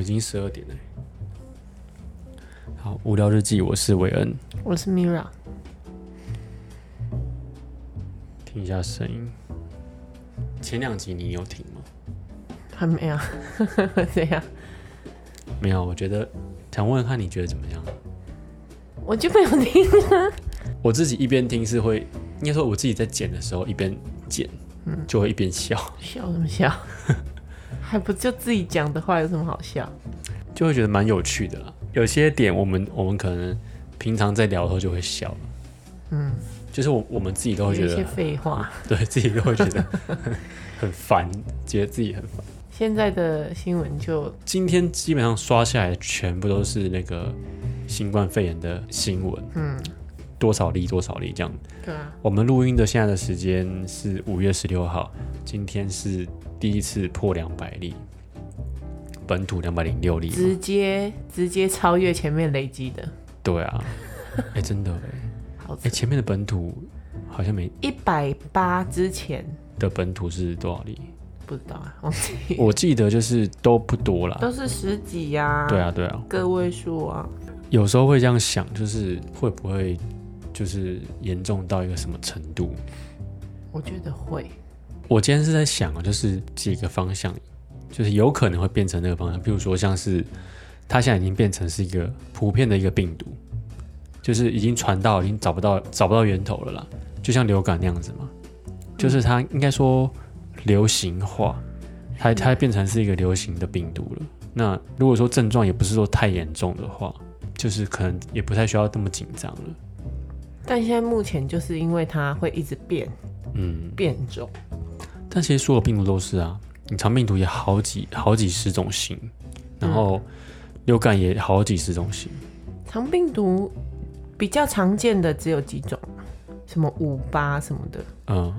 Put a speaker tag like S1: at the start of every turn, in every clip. S1: 已经十二点了。好，无聊日记，我是韦恩，
S2: 我是 Mira，
S1: 听一下声音。前两集你有听吗？
S2: 还没啊， 怎样？
S1: 没有，我觉得想问看你觉得怎么样？
S2: 我就没有听。
S1: 我自己一边听是会，应该说我自己在剪的时候一边剪，
S2: 嗯
S1: 就会一边笑，
S2: 笑什么笑？还不就自己讲的话有什么好笑？
S1: 就会觉得蛮有趣的啦。有些点我们我们可能平常在聊的时候就会笑了，嗯，就是我我们自己都
S2: 有
S1: 会觉
S2: 一
S1: 得
S2: 些废话。
S1: 对自己都会觉得很 很烦，觉得自己很烦。
S2: 现在的新闻就
S1: 今天基本上刷下来全部都是那个新冠肺炎的新闻，
S2: 嗯，
S1: 多少例多少例这样。
S2: 对啊，
S1: 我们录音的现在的时间是五月十六号，今天是第一次破两百例，本土两百零六例嘛。
S2: 直接直接超越前面累积的，
S1: 对啊，哎、真的哎、
S2: 好
S1: 哎，前面的本土好像没
S2: 一百八之前
S1: 的本土是多少例？
S2: 不知道啊，忘记
S1: 我记得就是都不多
S2: 都
S1: 啦。
S2: 是十几呀、
S1: 对，啊，对啊，
S2: 个位数啊，
S1: 有时候会这样想，就是会不会就是严重到一个什么程度？
S2: 我觉得会，
S1: 我今天是在想啊，就是几个方向，就是有可能会变成那个方向。比如说，像是它现在已经变成是一个普遍的一个病毒，就是已经传到已经找不到找不到源头了啦，就像流感那样子嘛。就是它应该说流行化，它它变成是一个流行的病毒了。那如果说症状也不是说太严重的话，就是可能也不太需要这么紧张了。
S2: 但现在目前就是因为它会一直变
S1: 嗯，
S2: 变种，
S1: 但其实所有病毒都是啊，你肠病毒也好几好几十种型，然后流感也好几十种型。
S2: 肠病毒比较常见的只有几种，什么五八什么的，
S1: 嗯，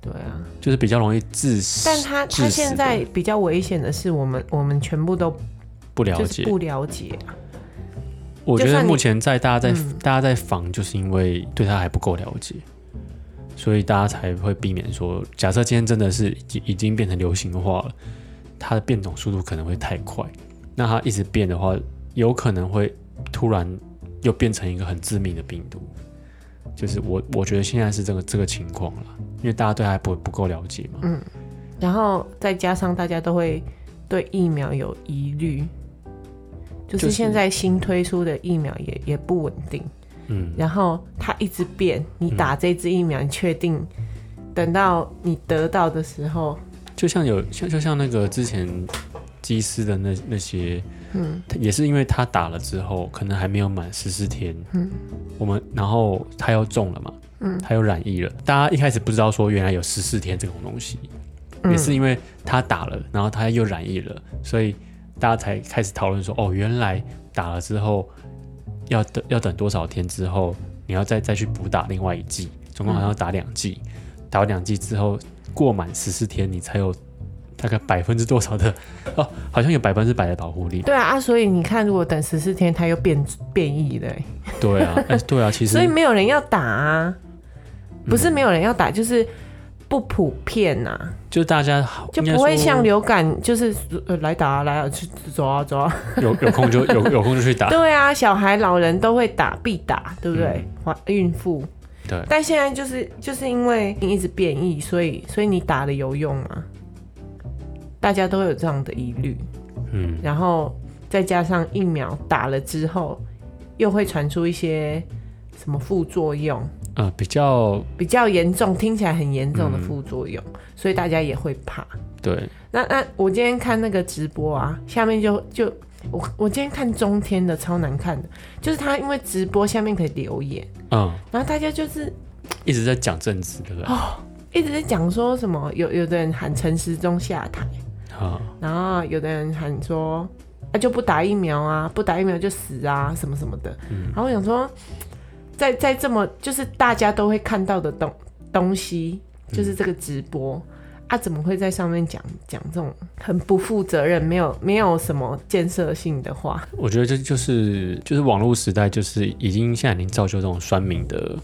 S2: 对啊，
S1: 就是比较容易致死，
S2: 但它
S1: 致死
S2: 它
S1: 的
S2: 现在比较危险的是，我们我们全部都
S1: 不了
S2: 就是
S1: 解。
S2: 不了解啊，
S1: 我觉
S2: 就
S1: 得
S2: 算你嗯
S1: 目前在大家在、大家在防，就是因为对它还不够了解，所以大家才会避免说，假设今天真的是已经已经变成流行化了，它的变种速度可能会太快，那它一直变的话，有可能会突然又变成一个很致命的病毒。就是我我觉得现在是这个这个情况啦，因为大家对它还不不够了解嘛。
S2: 然后再加上大家都会对疫苗有疑虑，就
S1: 就是
S2: 是现在新推出的疫苗也也不稳定，
S1: 嗯，
S2: 然后它一直变，你打这支疫苗，你确定等到你得到的时候，
S1: 就像有像就像那个之前基斯的那那些，嗯，也是因为他打了之后，可能还没有满十四天，嗯，我们然后他又中了嘛，嗯，他又染疫了，大家一开始不知道说原来有十四天这种东西，也是因为他打了，然后他又染疫了，所以大家才开始讨论说，哦，原来打了之后要等要等多少天之后，你要再再去补打另外一剂，总共好
S2: 嗯
S1: 像要打两剂，打完两剂之后过满十四天，你才有大概百分之多少的哦，好像有百分之百的保护力。
S2: 对啊啊，所以你看，如果等十四天，它又变变异了欸、
S1: 对啊，哎对啊，其实
S2: 所以没有人要打啊，
S1: 嗯
S2: 不是没有人要打，就是不普遍呐、啊，
S1: 就大家
S2: 就
S1: 应该
S2: 不会
S1: 说
S2: 像流感，就是、呃、来打啊，来啊，去走啊走啊。
S1: 有有空就有有空就去打。
S2: 对啊，小孩、老人都会打，必打，对
S1: 嗯
S2: 不对？怀、孕妇。
S1: 对
S2: 但现在就是就是因为你一直变异，所以所以你打了有用吗？大家都有这样的疑虑，
S1: 嗯，
S2: 然后再加上疫苗打了之后，又会传出一些什么副作用，
S1: 呃，比较
S2: 比较严重，听起来很严重的副作用，所以大家也会怕。
S1: 对，
S2: 那那我今天看那个直播啊，下面就就我我今天看中天的超难看的，就是他因为直播下面可以留言，
S1: 嗯，
S2: 然后大家就是
S1: 一直在讲政治，对不
S2: 哦
S1: 对？
S2: 一直在讲说什么，有有的人喊陈时中下台，
S1: 啊，
S2: 然后有的人喊说啊就不打疫苗啊，不打疫苗就死啊什么什么的，然后我想说，在在这么就是大家都会看到的东东西，就是这个直播。啊，怎么会在上面讲讲这种很不负责任、没有没有什么建设性的话？
S1: 我觉得这就是就是网络时代，就是已经现在已经造就这种酸民的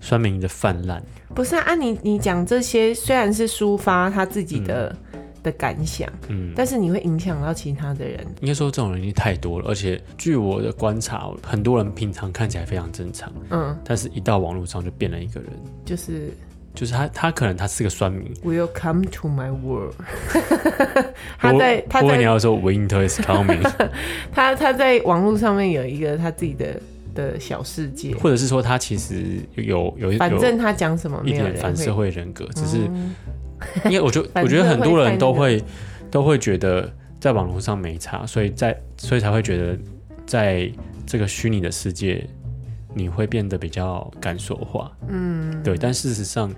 S1: 酸民的泛滥。
S2: 不是啊，啊你你讲这些虽然是抒发他自己的、的感想，
S1: 嗯，
S2: 但是你会影响到其他的人。
S1: 应该说这种人已经太多了，而且据我的观察，很多人平常看起来非常正常，
S2: 嗯，
S1: 但是一到网络上就变了一个人，
S2: 就是
S1: 就是他他可能他是个酸民。
S2: Will come to my world 他在
S1: 不
S2: 他
S1: 过你
S2: 在
S1: 要说 Winter is coming，
S2: 他他在网络上面有一个他自己的的小世界，
S1: 或者是说他其实有有有
S2: 反正他讲什么
S1: 一
S2: 啊没有
S1: 点
S2: 人
S1: 反社会
S2: 会，
S1: 人格，只是
S2: 嗯
S1: 因为我 觉得
S2: 反
S1: 我觉得很多人都
S2: 社会
S1: 会都会觉得在网络上没差，所以在所以才会觉得在这个虚拟的世界，你会变得比较敢说话，嗯，对。但事实上，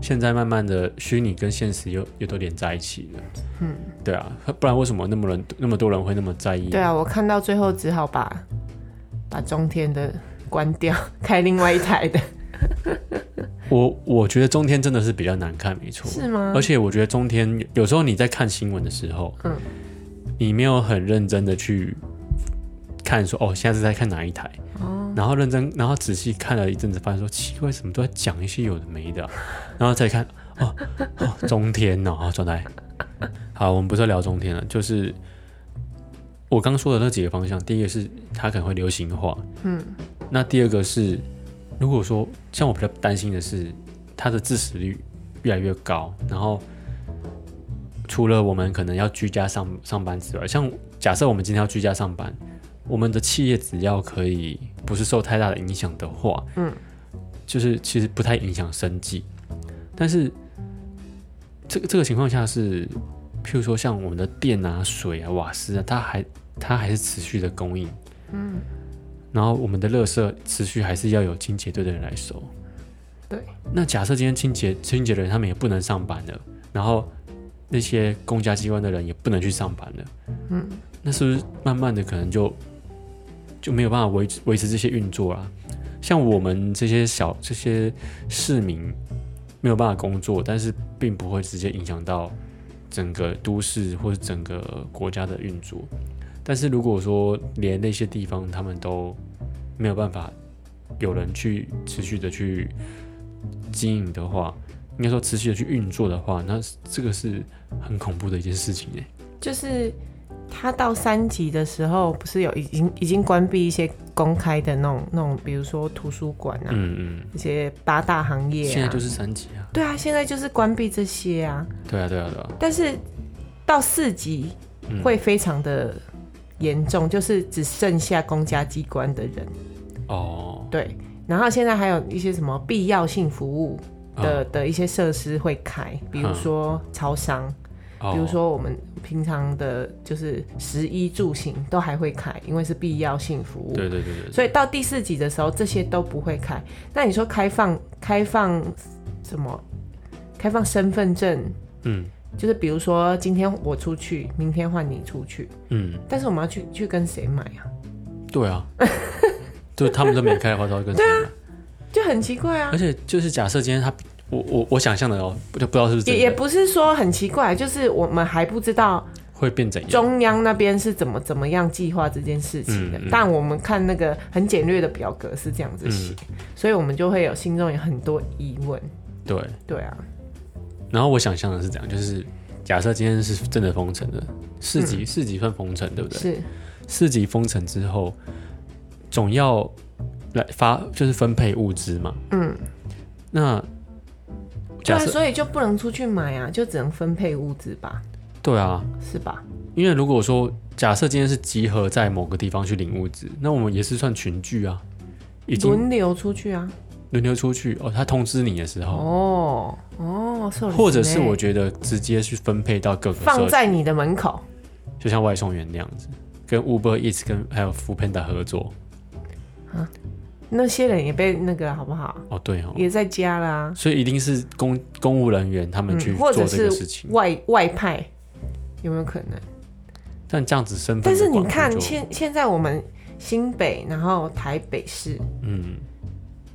S1: 现在慢慢的虚拟跟现实又又都连在一起了，嗯，对啊，不然为什么那么人那么多人会那么在意？
S2: 对啊，我看到最后只好把把中天的关掉，开另外一 台的，
S1: 我我觉得中天真的是比较难看，没错，
S2: 是吗？
S1: 而且我觉得中天有有时候你在看新闻的时候，
S2: 嗯
S1: 你没有很认真的去看说哦，现在是在看哪一台，然后认真，然后仔细看了一阵子，发现说奇怪，怎么都在讲一些有的没的啊、然后再看哦哦，中天哦，好转台，好，我们不是要聊中天了，就是我刚说的那几个方向，第一个是它可能会流行化，嗯，那第二个是如果说像我比较担心的是它的致死率越来越高，然后除了我们可能要居家上上班之外，像假设我们今天要居家上班，我们的企业只要可以不是受太大的影响的话，
S2: 嗯，
S1: 就是其实不太影响生计，但是这个这个情况下是，譬如说像我们的电啊、水啊、瓦斯啊，它还它还是持续的供应，嗯，然后我们的垃圾持续还是要有清洁队的人来收，
S2: 对。
S1: 那假设今天清洁清洁的人他们也不能上班了，然后那些公家机关的人也不能去上班了，嗯，那是不是慢慢的可能就就没有办法维持维持这些运作啊？像我们这些小这些市民没有办法工作，但是并不会直接影响到整个都市或者整个国家的运作。但是如果说连那些地方他们都没有办法有人去持续的去经营的话，应该说持续的去运作的话，那这个是很恐怖的一件事情哎。
S2: 就是他到三级的时候，不是有已经已经关闭一些公开的那种那种，比如说图书馆啊，
S1: 嗯嗯，
S2: 一些八大行业、啊，
S1: 现在就是三级啊。
S2: 对啊，现在就是关闭这些啊，
S1: 对啊对啊对啊，
S2: 但是到四级
S1: 嗯
S2: 会非常的严重，就是只剩下公家机关的人，
S1: 哦，
S2: 对，然后现在还有一些什么必要性服务。
S1: 哦
S2: 的
S1: 啊
S2: 的一些设施会开，比如
S1: 嗯
S2: 说超商，
S1: 哦
S2: 比如说我们平常的，就是食衣住行都还会开，因为是必要性服务。
S1: 对对对对，
S2: 所以到第四级的时候，这些都不会开。那你说开放开放什么？开放身份证，
S1: 嗯
S2: 就是比如说今天我出去，明天换你出去，
S1: 嗯，
S2: 但是我们要去去跟谁买啊？
S1: 对 啊，就他们都没开的话，他会跟谁
S2: 啊
S1: 买？
S2: 就很奇怪啊
S1: 而。且就是假设今天他，我我我想象的哦，不就不知道是不是
S2: 也
S1: 真
S2: 也
S1: 的
S2: 不是说很奇怪，啊就是我们还不知道
S1: 会变怎样？
S2: 中央那边是怎么怎么样计划这件事情的，
S1: 嗯嗯
S2: 但我们看那个很简略的表格是这样子写，
S1: 嗯
S2: 所以我们就会有心中有很多疑问。
S1: 对，
S2: 对啊，
S1: 然后我想象的是这样，就是假设今天是真的封城的，四级、
S2: 嗯
S1: 四级算封城对不对？
S2: 是
S1: 四级封城之后，总要来发就是分配物资嘛。
S2: 嗯，
S1: 那
S2: 对
S1: 假
S2: 啊，
S1: 设
S2: 所以就不能出去买啊，就只能分配物资吧，
S1: 对啊，
S2: 是吧？
S1: 因为如果说假设今天是集合在某个地方去领物资，那我们也是算群聚啊，已经
S2: 轮流出去啊。
S1: 轮流出去哦。他通知你的时候，
S2: 哦哦，そうですね
S1: 或者是我觉得直接去分配到各个
S2: 放
S1: 社区，
S2: 在你的门口，
S1: 就像外送员那样子，跟 Uber Eats 跟还有 f o o Panda 合作。
S2: 那些人也被那个好不好？
S1: 哦，对哦，
S2: 也在家啦，
S1: 所以一定是公公务人员他们去
S2: 嗯或
S1: 做
S2: 者
S1: 这个
S2: 是
S1: 事情，
S2: 外外派，有没有可能？
S1: 但这样子身份
S2: 但
S1: 的
S2: 是你
S1: 管控
S2: 看
S1: 就
S2: 现现在我们新北，然后台北市
S1: 嗯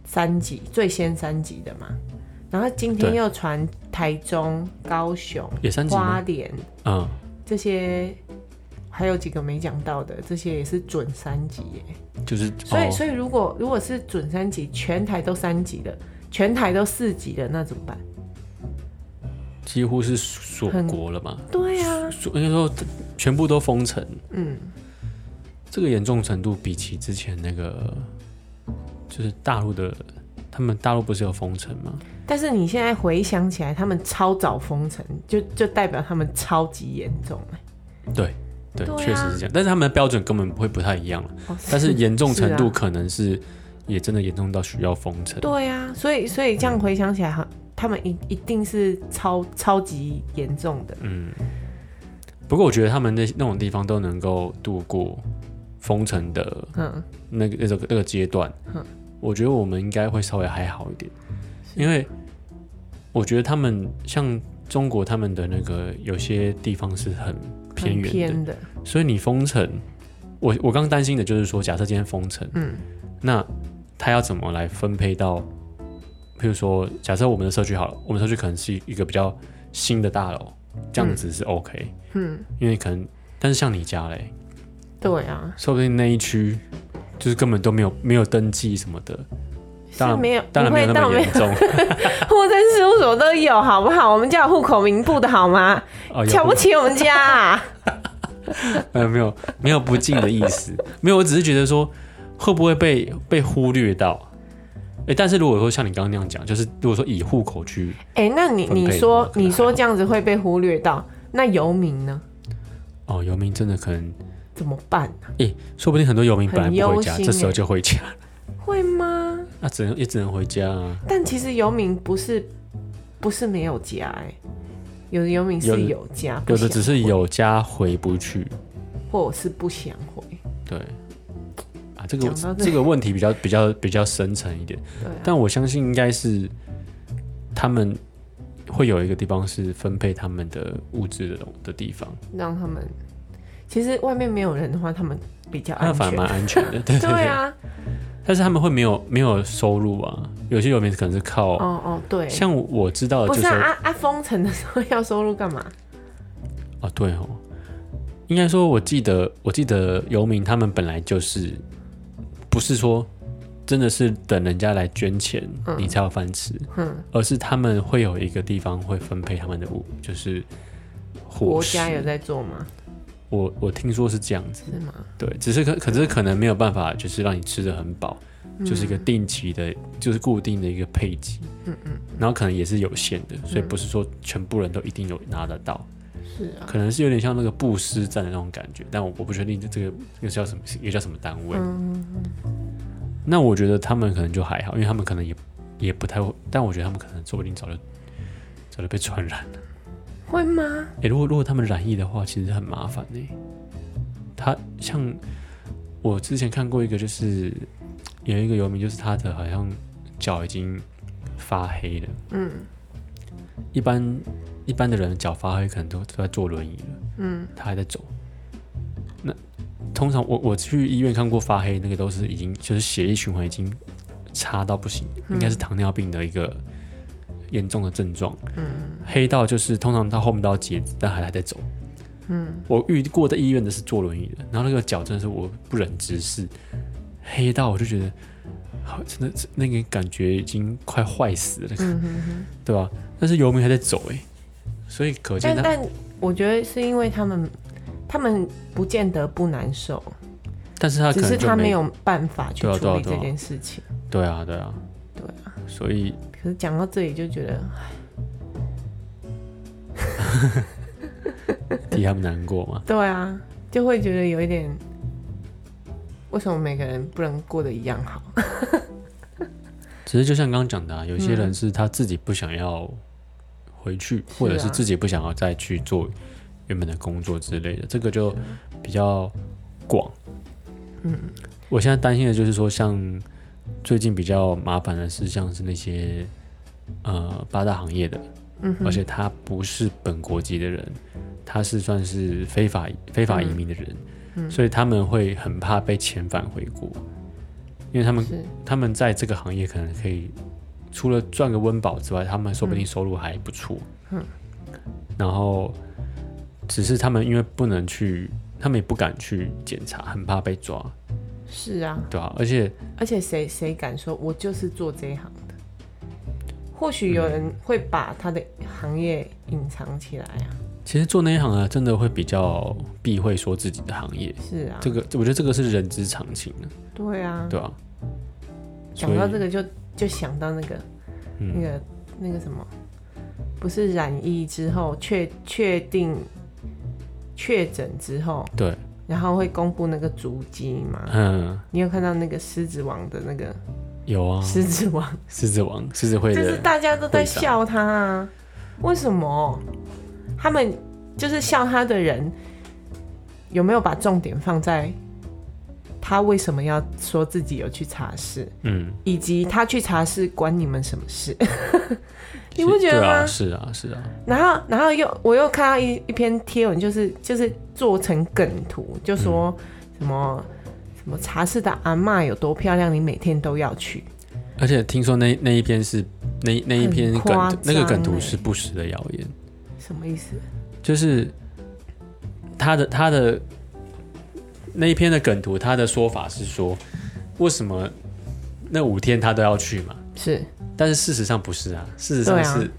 S2: 三级最先三级的嘛，然后今天
S1: 对
S2: 又传台中、高雄、
S1: 也三级
S2: 花
S1: 吗？
S2: 莲
S1: 嗯，
S2: 这些，还有几个没讲到的，这些也是准三级耶。
S1: 就是
S2: 所以，
S1: 哦，
S2: 所以如果如果是准三级，全台都三级的，全台都四级的，那怎么办？
S1: 几乎是锁国了嘛，
S2: 对啊，
S1: 锁应该说全部都封城，
S2: 嗯，
S1: 这个严重程度比起之前那个，就是大陆的，他们大陆不是有封城吗？
S2: 但是你现在回想起来，他们超早封城，就就代表他们超级严重、
S1: 对，对，
S2: 对啊
S1: 确实是这样。但是他们的标准根本不会不太一样了，
S2: 哦
S1: 但是严重程
S2: 是
S1: 度
S2: 啊
S1: 可能是也真的严重到需要封城。
S2: 对啊，所以所以这样回想起来，哈，他们一一定是超超级严重的，
S1: 嗯不过我觉得他们那那种地方都能够度过封城的
S2: 嗯，
S1: 那个那个那个阶段，我觉得我们应该会稍微还好一点，因为我觉得他们像中国他们的那个有些地方是很偏
S2: 很
S1: 远的，
S2: 偏的，
S1: 所以你封城，我我刚担心的就是说，假设今天封城，
S2: 嗯，
S1: 那他要怎么来分配到，譬如说，假设我们的社区好了，我们社区可能是一个比较新的大楼，这样子是 OK，
S2: 嗯，
S1: 因为可能，但是像你家嘞，
S2: 对啊，
S1: 说不定那一区就是根本都没有没有登记什么的，当
S2: 是
S1: 然
S2: 没有，
S1: 当然
S2: 不
S1: 没
S2: 会
S1: 有那
S2: 到
S1: 么
S2: 没有
S1: 严重
S2: 户政事务所都有，好不好？我们家有户口名簿的好吗？
S1: 哦，有
S2: 瞧不起我们家 啊！
S1: 呃没有没有不敬的意思，没有，我只是觉得说会不会被被忽略到。诶，但是如果说像你刚刚那样讲，就是如果说以户口去，
S2: 哎、那你
S1: 分配
S2: 你说
S1: 可能
S2: 你说这样子会被忽略到，那游民呢？
S1: 哦，游民真的可能，
S2: 怎么办、啊？
S1: 诶，说不定很多游民本来
S2: 很
S1: 不回
S2: 忧
S1: 家，
S2: 心
S1: 这时候
S2: 欸
S1: 就回家，
S2: 会吗？
S1: 那、只能也只能回家啊。
S2: 但其实游民不是不是没有家哎、有的游民
S1: 有
S2: 是
S1: 的
S2: 有家，不
S1: 有
S2: 想
S1: 的只是有家回不去，
S2: 或者是不想回。
S1: 对。啊，这个
S2: 讲到这
S1: 这个问题比较比较比较深层一点，
S2: 对啊，
S1: 但我相信应该是他们会有一个地方是分配他们的物质的的地方，
S2: 让他们其实外面没有人的话，他们比较
S1: 那
S2: 安
S1: 反而
S2: 全。
S1: 蛮安全的，对对
S2: 对啊，
S1: 但是他们会没有没有收入啊，有些游民可能是靠，
S2: 哦哦对，
S1: 像我知道的
S2: 不
S1: 就是是
S2: 啊啊啊！封城的时候要收入干嘛？
S1: 哦，对
S2: 啊
S1: 哦，应该说，我记得，我记得游民他们本来就是，不是说真的是等人家来捐钱，你才有饭吃，
S2: 嗯，
S1: 而是他们会有一个地方会分配他们的物，就是伙
S2: 国
S1: 食。
S2: 家有在做吗？
S1: 我我听说是这样子，
S2: 是吗？
S1: 对，只是可可是可能没有办法，就是让你吃的很饱，就是一个定期的，就是固定的一个配给，
S2: 嗯嗯，
S1: 然后可能也是有限的，所以不是说全部人都一定有拿得到。
S2: 是啊，
S1: 可能是有点像那个布施站的那种感觉，但我我不确定这这个这个叫什么，也叫什么单位。
S2: 嗯，
S1: 那我觉得他们可能就还好，因为他们可能也也不太会，但我觉得他们可能说不定早就早就被传染了。
S2: 会吗？
S1: 诶，如果如果他们染疫的话，其实很麻烦呢、他像我之前看过一个，就是有一个游民，就是他的好像脚已经发黑了。
S2: 嗯
S1: 一般一般的人脚发黑，可能都都在坐轮椅了。
S2: 嗯，
S1: 他还在走。那通常我我去医院看过发黑，那个都是已经就是血液循环已经差到不行，
S2: 嗯
S1: 应该是糖尿病的一个严重的症状。嗯，黑到就是通常到后面都要截肢，但还还在走。嗯，我遇过在医院的是坐轮椅的，然后那个脚真的是我不忍直视，黑到我就觉得。好，真的，那个感觉已经快坏死了，那个
S2: 嗯
S1: 对吧？但是游民还在走、欸，所以可见
S2: 但
S1: 他
S2: 但我觉得是因为他们，他们不见得不难受，
S1: 但是他可
S2: 只
S1: 能
S2: 是
S1: 就
S2: 他
S1: 没
S2: 没有办法去
S1: 对啊对
S2: 处
S1: 啊
S2: 理
S1: 对
S2: 这
S1: 啊
S2: 件事情。
S1: 对啊，对啊，
S2: 对
S1: 啊。所以
S2: 可是讲到这里就觉得，。
S1: 替他们难过嘛
S2: 对啊，就会觉得有一点，为什么每个人不能过得一样好？
S1: 只是就像刚刚讲的、啊，有些人是他自己不想要回去，或者是自己不想要再去做原本的工作之类的，这个就比较广。嗯，我现在担心的就是说，像最近比较麻烦的是，像是那些呃八大行业的，
S2: 嗯哼
S1: 而且他不是本国籍的人，他是算是非法非法移民的人，所以他们会很怕被遣返回国，因为他们
S2: 是
S1: 他们在这个行业可能可以除了赚个温饱之外，他们说不定收入还不错。嗯，然后只是他们因为不能去，他们也不敢去检查，很怕被抓，
S2: 是啊，
S1: 对吧、而且
S2: 而且谁谁敢说我就是做这一行的？或许有
S1: 嗯
S2: 人会把他的行业隐藏起来啊。
S1: 其实做那一行啊，真的会比较避讳说自己的行业，
S2: 是啊，
S1: 这个我觉得这个是人之常情的，
S2: 对啊。
S1: 对吧、
S2: 讲
S1: 所
S2: 到
S1: 以
S2: 这个就就想到那个、
S1: 嗯
S2: 那个那个什么，不是染疫之后确确定确诊之后，
S1: 对，
S2: 然后会公布那个足迹嘛？
S1: 嗯，
S2: 你有看到那个狮子王的那个
S1: 有啊，
S2: 狮子王，
S1: 狮子王，狮子会
S2: 就是
S1: 的，
S2: 大家都在
S1: 会长
S2: 笑他啊，为什么？他们就是笑他的人有没有把重点放在他为什么要说自己有去查试？
S1: 嗯，
S2: 以及他去茶室管你们什么事？ 你不觉得
S1: 对
S2: 吗？
S1: 啊，是啊，是啊，
S2: 然后，然后又我又看到一一篇贴文，就是就是做成梗图，就说
S1: 嗯
S2: 什么、什么茶室的阿嬷有多漂亮，你每天都要去。
S1: 而且听说那那一篇是那那一篇
S2: 很
S1: 梗
S2: 夸
S1: 图那个梗
S2: 张欸
S1: 图是不实的谣言，
S2: 什么意思？
S1: 就是他的他的那一篇的梗图，他的说法是说，为什么那五天他都要去嘛？
S2: 是
S1: 但是事实上不是啊，事实上
S2: 对啊
S1: 是、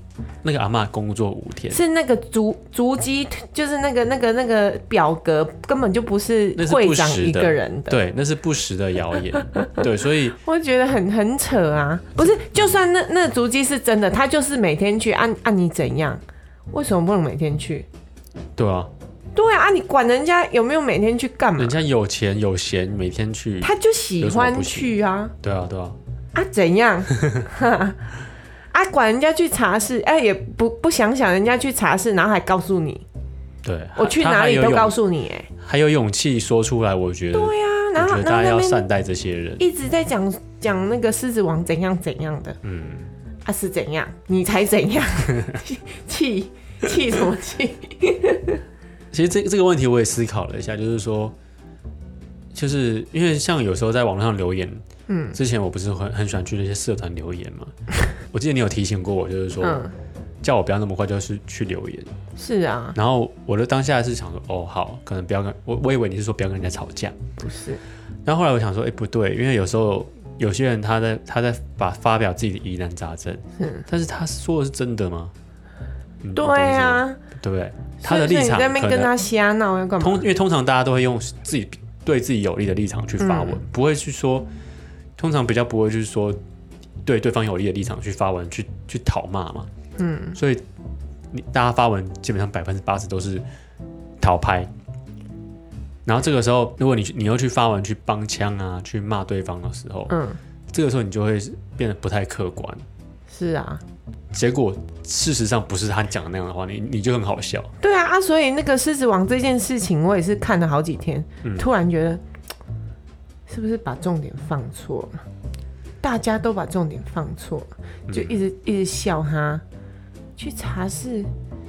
S1: 那个阿嬷工作五天，
S2: 是那个足足迹，就是那个那个那个表格根本就不是
S1: 那是
S2: 会
S1: 不
S2: 长
S1: 实
S2: 一
S1: 的
S2: 个人的，
S1: 对，那是不实的谣 言，对，所以
S2: 我觉得很很扯啊！不是，就算那那足迹是真的，他就是每天去，按、按、你怎样？为什么不能每天去？
S1: 对啊，
S2: 对啊，啊你管人家有没有每天去干嘛
S1: 人？家有钱有闲，每天去，
S2: 他就喜欢去啊
S1: 对啊对啊，
S2: 啊，怎样？ 啊，管人家去茶室，哎、也不不想想人家去茶室，然后还告诉你，
S1: 对，
S2: 我去哪里都告诉你、哎，
S1: 他还有勇，还有勇气说出来，我觉得，
S2: 对啊，然
S1: 我
S2: 后
S1: 觉得
S2: 然后
S1: 大家
S2: 那
S1: 要
S2: 边
S1: 善待这些人，
S2: 一直在讲讲那个狮子王怎样怎样的，嗯，啊是怎样，你才怎样， 气气什么气？
S1: 其实这这个问题我也思考了一下，就是说，就是因为像有时候在网络上留言，嗯，之前我不是很很喜欢去那些社团留言 嘛，我记得你有提醒过我，就是说、
S2: 嗯，
S1: 叫我不要那么快就是去留言，
S2: 是啊，
S1: 然后我的当下是想说，哦，好，可能不要跟我，我以为你是说不要跟人家吵架，
S2: 不是，
S1: 然后后来我想说，哎、不对，因为有时候有些人他在他在把发表自己的疑难杂症，
S2: 嗯
S1: 但是他说的是真的吗？嗯
S2: 对，
S1: 你懂我意思吗
S2: 啊，
S1: 对不对？他
S2: 所以
S1: 的立
S2: 所以
S1: 场
S2: 你在那边
S1: 可
S2: 跟
S1: 能
S2: 他瞎闹要干嘛
S1: 通，？因为通常大家都会用自己对自己有利的立场去发
S2: 嗯
S1: 文，不会去说，通常比较不会去说对对方有利的立场去发文去去讨骂嘛。嗯，所以你大家发文基本上百分之八十都是讨拍。然后这个时候，如果你去你又去发文去帮腔啊，去骂对方的时候，
S2: 嗯，
S1: 这个时候你就会变得不太客观。
S2: 是啊，
S1: 结果事实上不是他讲的那样的话，你你就很好笑。
S2: 对啊啊！所以那个狮子王这件事情，我也是看了好几天，
S1: 嗯
S2: 突然觉得嘖是不是把重点放错了？大家都把重点放错了，
S1: 嗯
S2: 就一直、一直笑他去茶室，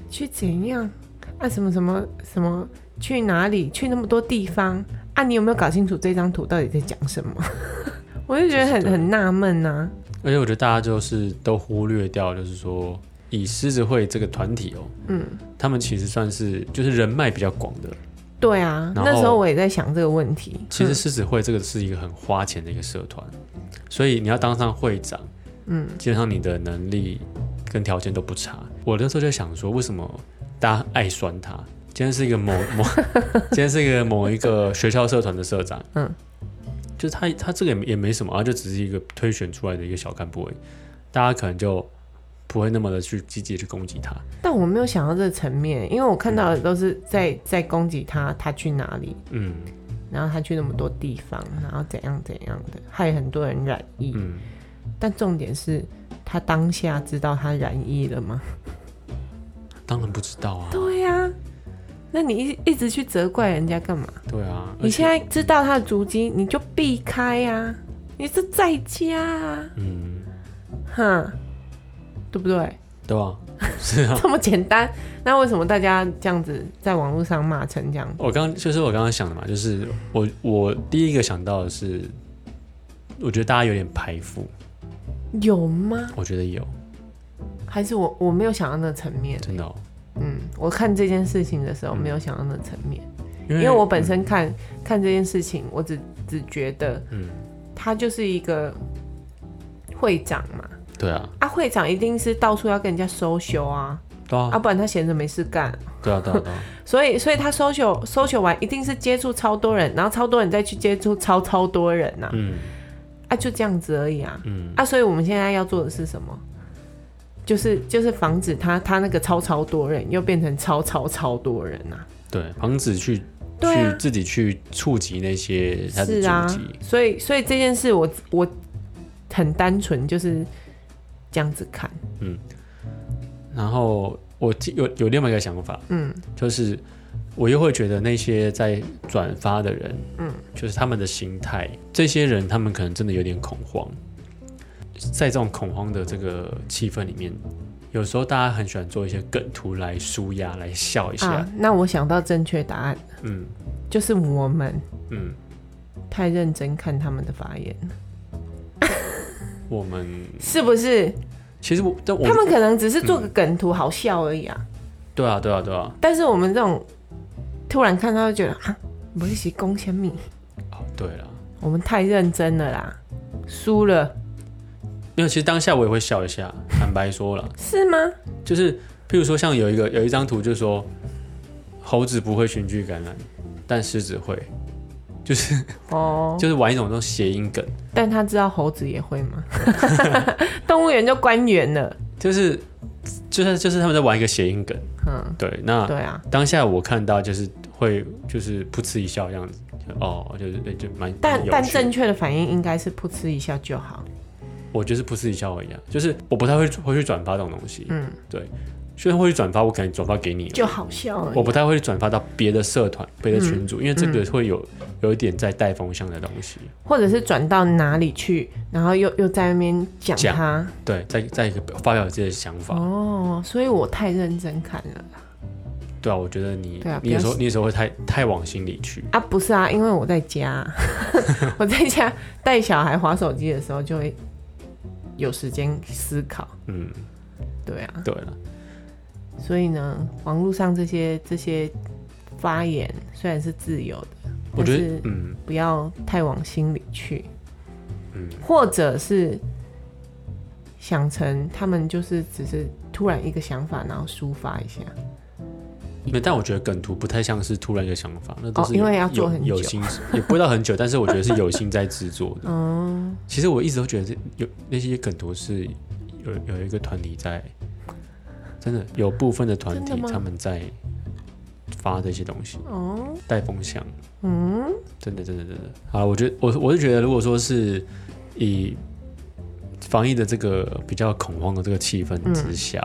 S2: 去怎样啊？什么什么什么？去哪里？去那么多地方啊？你有没有搞清楚这张图到底在讲什么？ 我就觉得很
S1: 对
S2: 很纳闷啊呐。
S1: 而且我觉得大家就是都忽略掉，就是说以狮子会这个团体哦，嗯，他们其实算是就是人脉比较广的。
S2: 对啊，
S1: 然
S2: 那时候
S1: 后
S2: 我也在想这个问题。
S1: 其实狮子会这个是一个很花钱的一个社团，所以你要当上会长，嗯，基本上你的能力跟条件都不差。我那时候就想说，为什么大家爱酸他？今天是一个 某某，今天是一个某一个学校社团的社长，
S2: 嗯，
S1: 就是他他这个也没也没什么啊，就只是一个推选出来的一个小干部而已，大家可能就不会那么的去积极地去攻击他，
S2: 但我没有想到这个层面，因为我看到的都是在在攻击他，他去哪里，
S1: 嗯
S2: 然后他去那么多地方，然后怎样怎样的，害很多人染疫。
S1: 嗯，
S2: 但重点是他当下知道他染疫了吗？
S1: 当然不知道啊，
S2: 对呀、 那你一一直去责怪人家干嘛？
S1: 对啊，
S2: 你
S1: 而且
S2: 现在知道他的足迹，你就避开呀、啊，你是在家啊，
S1: 嗯，
S2: 哼，对不对？
S1: 对吧、是啊，
S2: 这么简单，那为什么大家这样子在网络上骂成这样？
S1: 我刚就是我刚刚想的嘛，就是我我第一个想到的是，我觉得大家有点排富，
S2: 有吗？
S1: 我觉得有，
S2: 还是我我没有想到那个层面。
S1: 真的、哦，
S2: 嗯，我看这件事情的时候没有想到那个层面，
S1: 因
S2: 因为我本身看、看这件事情，我只只觉得，嗯
S1: 嗯，
S2: 他就是一个会长嘛，
S1: 对啊，
S2: 啊，会长一定是到处要跟人家 social 啊，
S1: 对
S2: 啊，
S1: 啊，
S2: 不然他闲着没事干。
S1: 对啊，对啊，对啊，
S2: 所以，所以他 social social 完一定是接触超多人，然后超多人再去接触超超多人呐、啊，
S1: 嗯
S2: 就这样子而已啊。
S1: 嗯，
S2: 啊，所以我们现在要做的是什么？就是就是防止他他那个超超多人又变成超超超多人啊。
S1: 对，防止去
S2: 对啊
S1: 去自己去触及那些他的
S2: 是啊
S1: 主题，，
S2: 所以所以这件事我我很单纯，就是这样子看。
S1: 然后我记有有另外一个想法，
S2: 嗯，
S1: 就是我又会觉得那些在转发的人，嗯，就是他们的心态，这些人他们可能真的有点恐慌，在这种恐慌的这个气氛里面，有时候大家很喜欢做一些梗图来舒压，来笑一下，
S2: 啊，那我想到正确答案，
S1: 嗯
S2: 就是我们
S1: 嗯，
S2: 太认真看他们的发言了，
S1: 我们
S2: 是不是？
S1: 其实我但我嗯
S2: 他们可能只是做个梗图好笑而已啊，
S1: 对啊对啊对啊，
S2: 但是我们这种突然看到就觉得啊，不是是攻千米，
S1: 哦对了。
S2: 我们太认真了啦，输了
S1: 因为其实当下我也会笑一下，坦白说了，
S2: 是吗？
S1: 就是譬如说像有一个有一张图，就是说猴子不会群聚感染，但狮子会，就是
S2: 哦，
S1: 就是玩一种这种谐音梗，
S2: 但他知道猴子也会吗？ 动物园就关园了，
S1: 就是就是就是他们在玩一个谐音梗。
S2: 嗯，
S1: 对，那
S2: 对啊，
S1: 当下我看到就是会就是噗嗤一笑这样子，就哦，就是对就蛮
S2: 但
S1: 蛮有
S2: 但
S1: 趣
S2: 正确的反应应该是噗嗤一笑就好，
S1: 我就是噗嗤一笑而已、啊，就是我不太会会去转发这种东西，
S2: 嗯，
S1: 对，虽然会去转发，我可能转发给你而已，
S2: 就好笑而
S1: 我
S2: 已。
S1: 不太会转发到别的社团、别的群
S2: 嗯
S1: 组，因为这个会有有一点在带风向的东西。
S2: 或者是转到哪里去，然后又又在那边讲
S1: 讲
S2: 他
S1: 对，在在一个发表自己的想法。
S2: 哦，所以我太认真看了
S1: 对啊，我觉得你、
S2: 对啊
S1: 你
S2: 不要
S1: 有时候你有时候会太太往心里去。
S2: 啊，不是啊，因为我 在家， 我在家带小孩划手机的时候就会有时间思考，
S1: 嗯，
S2: 对啊，
S1: 对了，
S2: 所以呢，网络上这些这些发言虽然是自由的，
S1: 我觉
S2: 但
S1: 得
S2: 是
S1: 嗯，
S2: 不要太往心里去，
S1: 嗯，
S2: 或者是想成他们就是只是突然一个想法，然后抒发一下，
S1: 那但我觉得梗图不太像是突然一个想法，那都是
S2: 哦因
S1: 有、
S2: 为要做很
S1: 有
S2: 久
S1: 有心，也不知道很久，但是我觉得是有心在制作的。
S2: 嗯，
S1: 其实我一直都觉得这有那些梗图是有有一个团体在，真的有部分的团体
S2: 真的吗
S1: 他们在发这些东西。
S2: 哦，
S1: 带风向，
S2: 嗯，
S1: 真的真的真的。好，我觉得我我是觉得，如果说是以防疫的这个比较恐慌的这个气氛之下，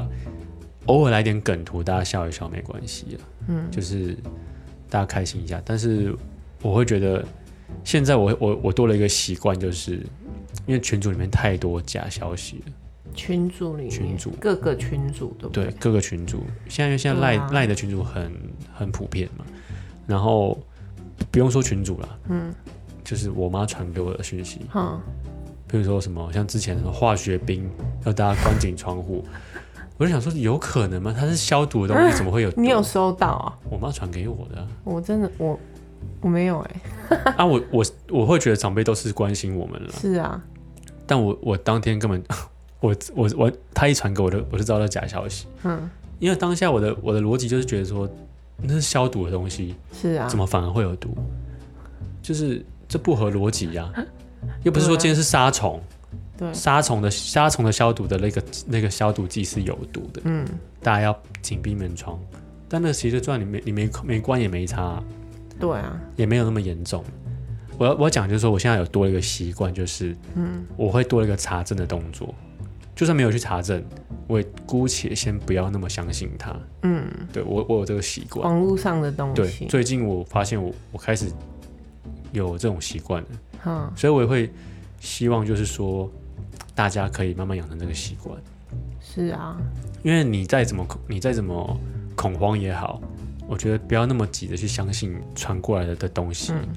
S1: 偶尔来点梗图，大家笑一笑没关系啊，嗯，就是大家开心一下。但是我会觉得，现在我我我多了一个习惯，就是因为群组里面太多假消息了，
S2: 群组里面
S1: 群组
S2: 各个群组对不
S1: 对各个群组，现在因为现在
S2: 对
S1: 赖
S2: 啊
S1: 赖、的群组很很普遍嘛，然后不用说群组啦，嗯，就是我妈传给我的讯息，
S2: 哈，
S1: 比如说什么像之前什么化学兵要大家关紧窗户， 我就想说有可能吗？它是消毒的东 西，怎么会有毒？
S2: 你有收到啊？
S1: 我妈传给我的啊
S2: 我真的我我没有哎、
S1: 啊，我我我会觉得长辈都是关心我们了，
S2: 是啊，
S1: 但我我当天根本我我我他一传给我的，我就知道那假消息，
S2: 嗯，
S1: 因为当下我的我的逻辑就是觉得说那是消毒的东西。
S2: 是啊
S1: 怎，么反而会有毒？就是这不合逻辑呀、又不是说
S2: 对啊
S1: 今天是杀虫，
S2: 对，
S1: 杀虫的杀虫的消毒的那个那个消毒剂是有毒的，
S2: 嗯，
S1: 大家要紧闭门窗。但那其实就算你没你没没关也没差啊、
S2: 对啊，
S1: 也没有那么严重。我要我要讲就是说，我现在有多了一个习惯，就是嗯，我会多了一个查证的动作，就算没有去查证，我也姑且先不要那么相信它。
S2: 嗯，
S1: 对我我有这个习惯。
S2: 网络上的东
S1: 对，
S2: 西，
S1: 最近我发现我我开始有这种习惯了，
S2: 嗯，
S1: 所以我也会希望就是说，大家可以慢慢养成这个习惯，
S2: 是啊，
S1: 因为你再怎么恐你再怎么恐慌也好，我觉得不要那么急着去相信传过来的的东西，
S2: 嗯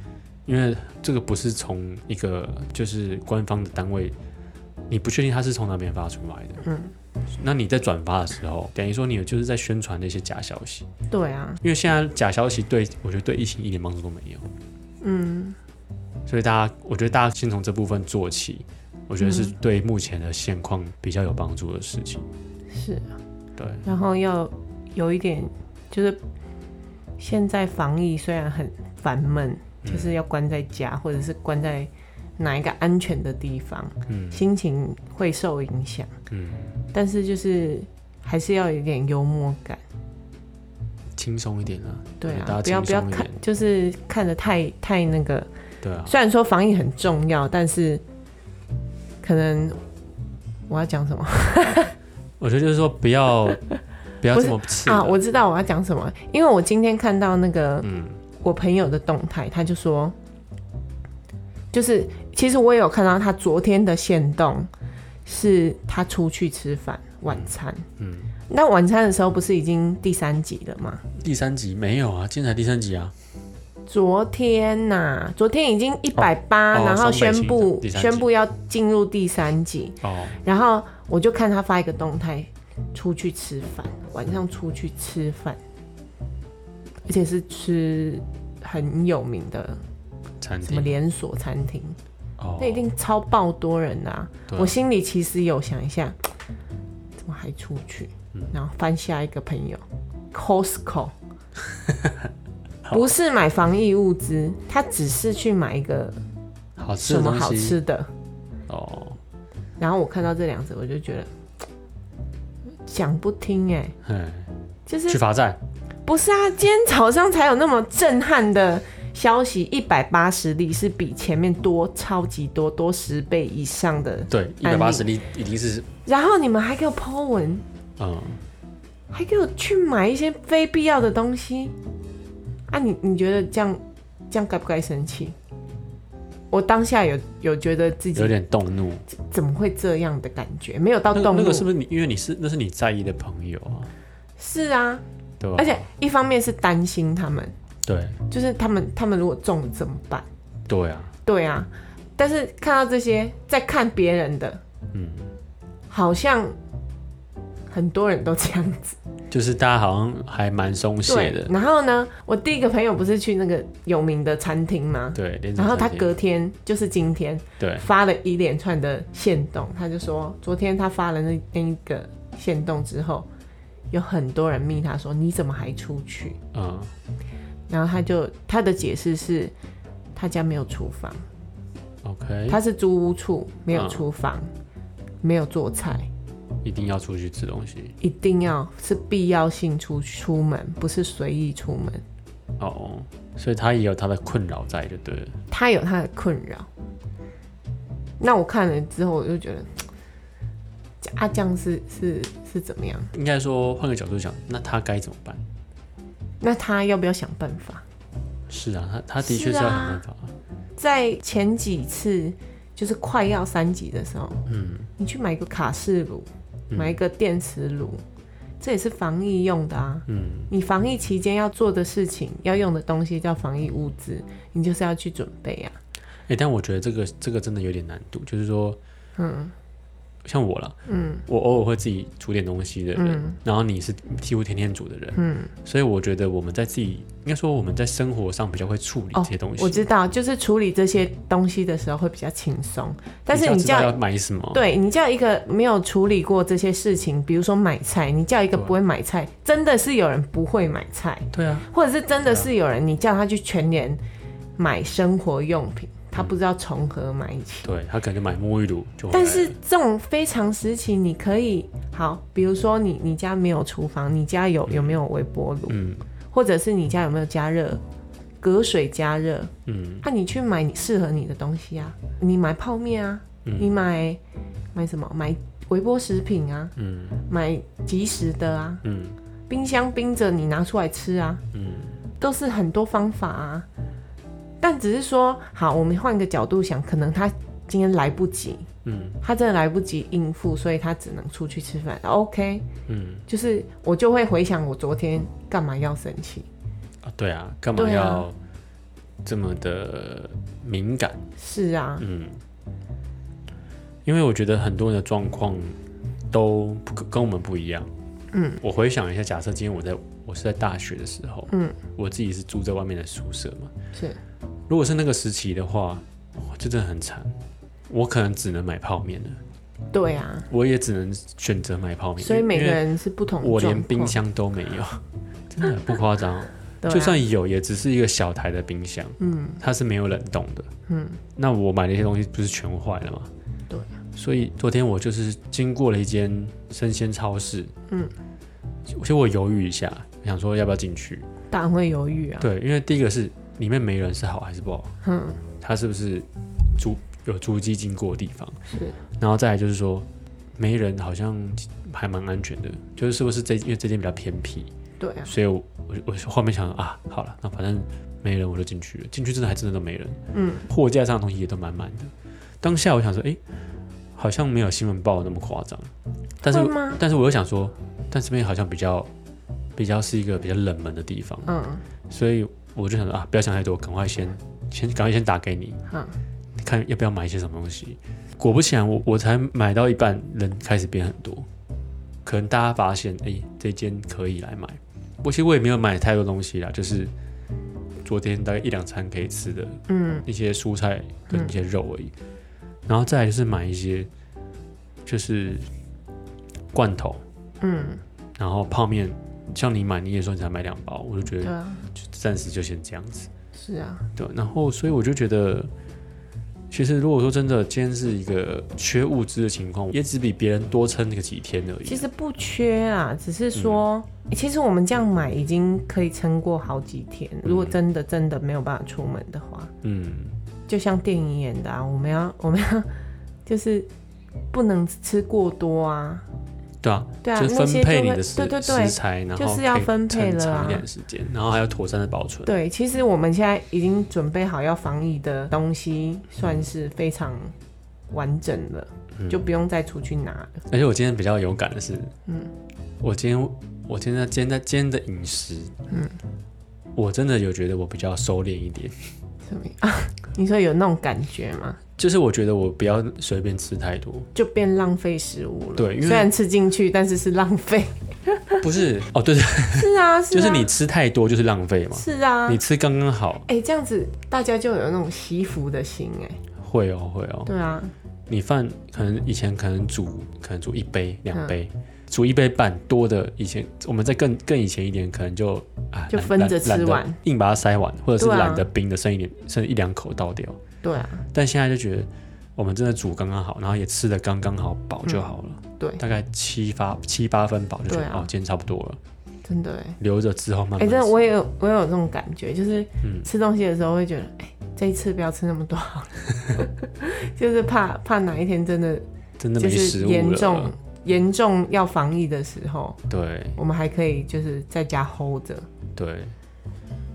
S1: 因为这个不是从一个就是官方的单位。你不确定它是从哪边发出来的，
S2: 嗯，
S1: 那你在转发的时候，等于说你就是在宣传那些假消息，
S2: 对啊，
S1: 因为现在假消息对我觉得对疫情一点帮助都没有。
S2: 嗯，
S1: 所以大家，我觉得大家先从这部分做起，我觉得是对目前的现况比较有帮助的事情。
S2: 是啊，
S1: 对，
S2: 然后要有一点，就是现在防疫虽然很烦闷，就是要关在家，或者是关在哪一个安全的地方，
S1: 嗯
S2: 心情会受影响。
S1: 嗯，
S2: 但是就是还是要有一点幽默感，
S1: 轻松一点啊，
S2: 对啊，
S1: 大
S2: 不
S1: 家
S2: 要不
S1: 轻
S2: 要
S1: 松一
S2: 看
S1: 点，，
S2: 就是看的太太那个。
S1: 对啊，
S2: 虽然说防疫很重要，但是可能我要讲什么
S1: 我觉得就是说不要不要
S2: 不是
S1: 这么气
S2: 啊？
S1: 了
S2: 我知道我要讲什么，因为我今天看到那个
S1: 嗯
S2: 我朋友的动态，他就说，就是其实我也有看到他昨天的限动，是他出去吃饭晚餐。
S1: 嗯，
S2: 那晚餐的时候不是已经第三集了吗？
S1: 第三集没有啊，今天才第三集啊，
S2: 昨天呐、昨天已经一百八，
S1: 哦
S2: 然
S1: 双
S2: 后
S1: 北
S2: 宣
S1: 新
S2: 布
S1: 第三集
S2: 宣布要进入第三集，
S1: 哦，
S2: 然后我就看他发一个动态，出去吃饭，晚上出去吃饭，而且是吃很有名的
S1: 餐
S2: 什么
S1: 厅
S2: 连锁餐厅，
S1: 哦，
S2: 那一定超爆多人的、啊。
S1: 对啊
S2: 我心里其实有想一下，怎么还出去？
S1: 嗯
S2: 然后翻下一个朋友，Costco，不是买防疫物资，他只是去买一个
S1: 好吃
S2: 什
S1: 的东
S2: 么
S1: 西
S2: 好吃的。
S1: 哦，
S2: 然后我看到这两者，我就觉得讲不听哎、
S1: 嘿，
S2: 就
S1: 去
S2: 是
S1: 罚站，
S2: 不是啊？今天早上才有那么震撼的消息，一百八十例是比前面多超级多多十倍以上的，
S1: 对，一百八十粒一定是
S2: 然后你们还给我 Po 文，
S1: 嗯，
S2: 还给我去买一些非必要的东西啊你！你觉得这样这样该不该生气？我当下有有觉得自己
S1: 有点动怒。
S2: 怎么会这样的感觉，没有到
S1: 那
S2: 动怒，
S1: 那个是不是你？因为你是那是你在意的朋友啊，
S2: 是啊，
S1: 对吧？
S2: 而且一方面是担心他们，
S1: 对
S2: 就是他们他们如果中了怎么办？
S1: 对啊，
S2: 对啊，但是看到这些，再看别人的，
S1: 嗯，
S2: 好像很多人都这样子。
S1: 就是大家好像还蛮松懈
S2: 对
S1: 的，
S2: 然后呢，我第一个朋友不是去那个有名的餐厅吗？
S1: 对。连锁
S2: 然后他
S1: 餐厅哎
S2: 隔天就是今天
S1: 对
S2: 发了一连串的线动，他就说昨天他发了那那一个线动之后，有很多人密他说你怎么还出去？
S1: 嗯
S2: 然后他就他的解释是他家没有厨房，
S1: ，OK，
S2: 他是租屋处，没有
S1: 嗯
S2: 厨房，没有做菜，
S1: 一定要出去吃东西
S2: 一定要是必要性出出门，不是随意出门。
S1: 哦，所以他也有他的困扰在，就对了。
S2: 他有他的困扰。那我看了之后，我就觉得这啊，这样是是是怎么样？
S1: 应该说换个角度讲，那他该怎么办？
S2: 那他要不要想办法？
S1: 是啊，他他的确是
S2: 是
S1: 要想
S2: 啊
S1: 办法。
S2: 在前几次就是快要三级的时候，嗯，你去买一个卡式炉，
S1: 嗯
S2: 买一个电磁炉，这也是防疫用的啊。
S1: 嗯，
S2: 你防疫期间要做的事情，要用的东西叫防疫物资，你就是要去准备啊。
S1: 哎、但我觉得这个这个真的有点难度，就是说，嗯，像我啦，嗯，我偶尔会自己煮点东西的人，
S2: 嗯
S1: 然后你是几乎天天煮的人，嗯，所以我觉得我们在自己应该说我们在生活上比较会处理这些东西，
S2: 哦我知道，就是处理这些东西的时候会比较轻松，但是
S1: 比较
S2: 你
S1: 知
S2: 这样
S1: 道要买什么，
S2: 对你叫一个没有处理过这些事情，比如说买菜，你叫一个
S1: 对
S2: 不会买菜，真的是有人不会买菜，
S1: 对啊，
S2: 或者是真的是有人你叫他去全年买生活用品，他不知道从何买起。
S1: 对他可能就买沐浴露就回来
S2: 但
S1: 了，
S2: 是这种非常时期，你可以好，比如说你你家没有厨房，你家有有没有微波炉，
S1: 嗯
S2: 或者是你家有没有加热隔水加热，
S1: 嗯
S2: 那、你去买你适合你的东西啊，你买泡面啊，
S1: 嗯
S2: 你买买什么？买微波食品啊，
S1: 嗯
S2: 买即食的啊，
S1: 嗯
S2: 冰箱冰着你拿出来吃啊，
S1: 嗯，
S2: 都是很多方法啊。但只是说，好，我们换个角度想，可能他今天来不及，
S1: 嗯
S2: 他真的来不及应付，所以他只能出去吃饭。OK，
S1: 嗯
S2: 就是我就会回想我昨天干嘛要生气，
S1: 啊，对啊，干嘛
S2: 对啊
S1: 要这么的敏感？
S2: 是啊，
S1: 嗯，因为我觉得很多人的状况都不跟跟我们不一样。嗯，我回想一下，假设今天我在我是在大学的时候，
S2: 嗯，
S1: 我自己是住在外面的宿舍嘛。
S2: 是
S1: 如果是那个时期的话，哇，这真的很惨。我可能只能买泡面了，
S2: 对啊，
S1: 我也只能选择买泡面，
S2: 所以
S1: 因为
S2: 每个人是不同的
S1: 我
S2: 状
S1: 连冰
S2: 况，
S1: 箱都没有， 真的不夸张。
S2: 对啊
S1: 就算有，也只是一个小台的冰箱，
S2: 嗯
S1: 它是没有冷冻的。
S2: 嗯，
S1: 那我买的一些东西不是全坏了吗？
S2: 对啊。
S1: 所以昨天我就是经过了一间生鲜超市，
S2: 嗯，
S1: 其实我犹豫一下，想说要不要进去。
S2: 当然会犹豫啊，
S1: 对，因为第一个是里面没人是好还是不好，
S2: 嗯，
S1: 它是不是足有足迹经过的地方，
S2: 是
S1: 然后再来就是说没人好像还蛮安全的，就是是不是这因为这间比较偏僻，
S2: 对啊，
S1: 所以我我我后面想啊，好了，那反正没人我就进去了，进去真的还真的都没人，
S2: 嗯，
S1: 货架上的东西也都满满的。当下我想说，诶，好像没有新闻报的那么夸张，但是
S2: 会吗？
S1: 但是我又想说，但这边好像比较比较是一个比较冷门的地方，
S2: 嗯
S1: 所以我就想说啊，不要想太多，赶快先先赶快先打给你，
S2: 嗯，
S1: 你看要不要买一些什么东西。果不其然，我我才买到一半，人开始变很多，可能大家发现，诶，这间可以来买。我其实我也没有买太多东西啦，就是昨天大概一两餐可以吃的
S2: 嗯
S1: 一些蔬菜跟一些肉而已。然后再来就是买一些就是罐头，
S2: 嗯，
S1: 然后泡面。像你买，你也说你才买两包，我就觉
S2: 对
S1: 得
S2: 啊，
S1: 就暂时就先这样子。
S2: 是啊，
S1: 对，然后所以我就觉得，其实如果说真的今天是一个缺物资的情况，也只比别人多撑个几天而已。啊
S2: 其实不缺啊，只是说，
S1: 嗯
S2: 欸其实我们这样买已经可以撑过好几天。如果真的真的没有办法出门的话，
S1: 嗯，
S2: 就像电影演的啊，我们要 我们要就是不能吃过多啊，
S1: 对啊，
S2: 对啊，
S1: 就是
S2: 那
S1: 分
S2: 些就
S1: 配你
S2: 会
S1: 的食
S2: 对对对
S1: 食材，然后
S2: 就是要
S1: 可以
S2: 分配
S1: 撑
S2: 了
S1: 长
S2: 啊
S1: 一点的时间，然后还要妥善的保存。
S2: 对，其实我们现在已经准备好要防疫的东西，算是非常完整了，
S1: 嗯
S2: 就不用再出去拿了。
S1: 而且我今天比较有感的是，
S2: 嗯
S1: 嗯，我今天我今天在今天在今天的饮食，嗯，我真的有觉得我比较收敛一点，
S2: 什么意啊？你说有那种感觉吗？
S1: 就是我觉得我不要随便吃太多，
S2: 就变浪费食物了。
S1: 对因为
S2: 虽然吃进去，但是是 浪费。
S1: 不是哦，对对，
S2: 是啊，是
S1: 就
S2: 啊
S1: 是你吃太多就是浪费嘛，
S2: 是啊
S1: 你。吃刚刚好，
S2: 哎、这样子大家就有那种惜福的心哎、
S1: 会哦会哦，
S2: 对啊，
S1: 你饭可能以前可能煮，可能煮一杯两杯，
S2: 嗯
S1: 煮一杯半多的，以前我们在更更以前一点，可能就啊
S2: 就
S1: 懒
S2: 分着
S1: 懒
S2: 吃
S1: 懒得
S2: 完
S1: 硬把它塞完，或者是
S2: 对啊
S1: 懒得冰的剩一点，剩一两口倒掉。
S2: 对啊，
S1: 但现在就觉得我们真的煮刚刚好，然后也吃的刚刚好饱就好了，
S2: 嗯对
S1: 大概七八七八分饱就觉得、
S2: 对啊
S1: 哦，今天差不多了，
S2: 真的哎、
S1: 留着之后慢
S2: 哎、
S1: 慢吃。
S2: 真的我也有我也有这种感觉，就是
S1: 嗯
S2: 吃东西的时候会觉得，哎、这一次不要吃那么多好了， 就是怕怕哪一天真的
S1: 真的
S2: 就
S1: 没
S2: 是
S1: 食物了，
S2: 严重严重要防疫的时候，
S1: 对
S2: 我们还可以就是在家 hold 着，
S1: 对，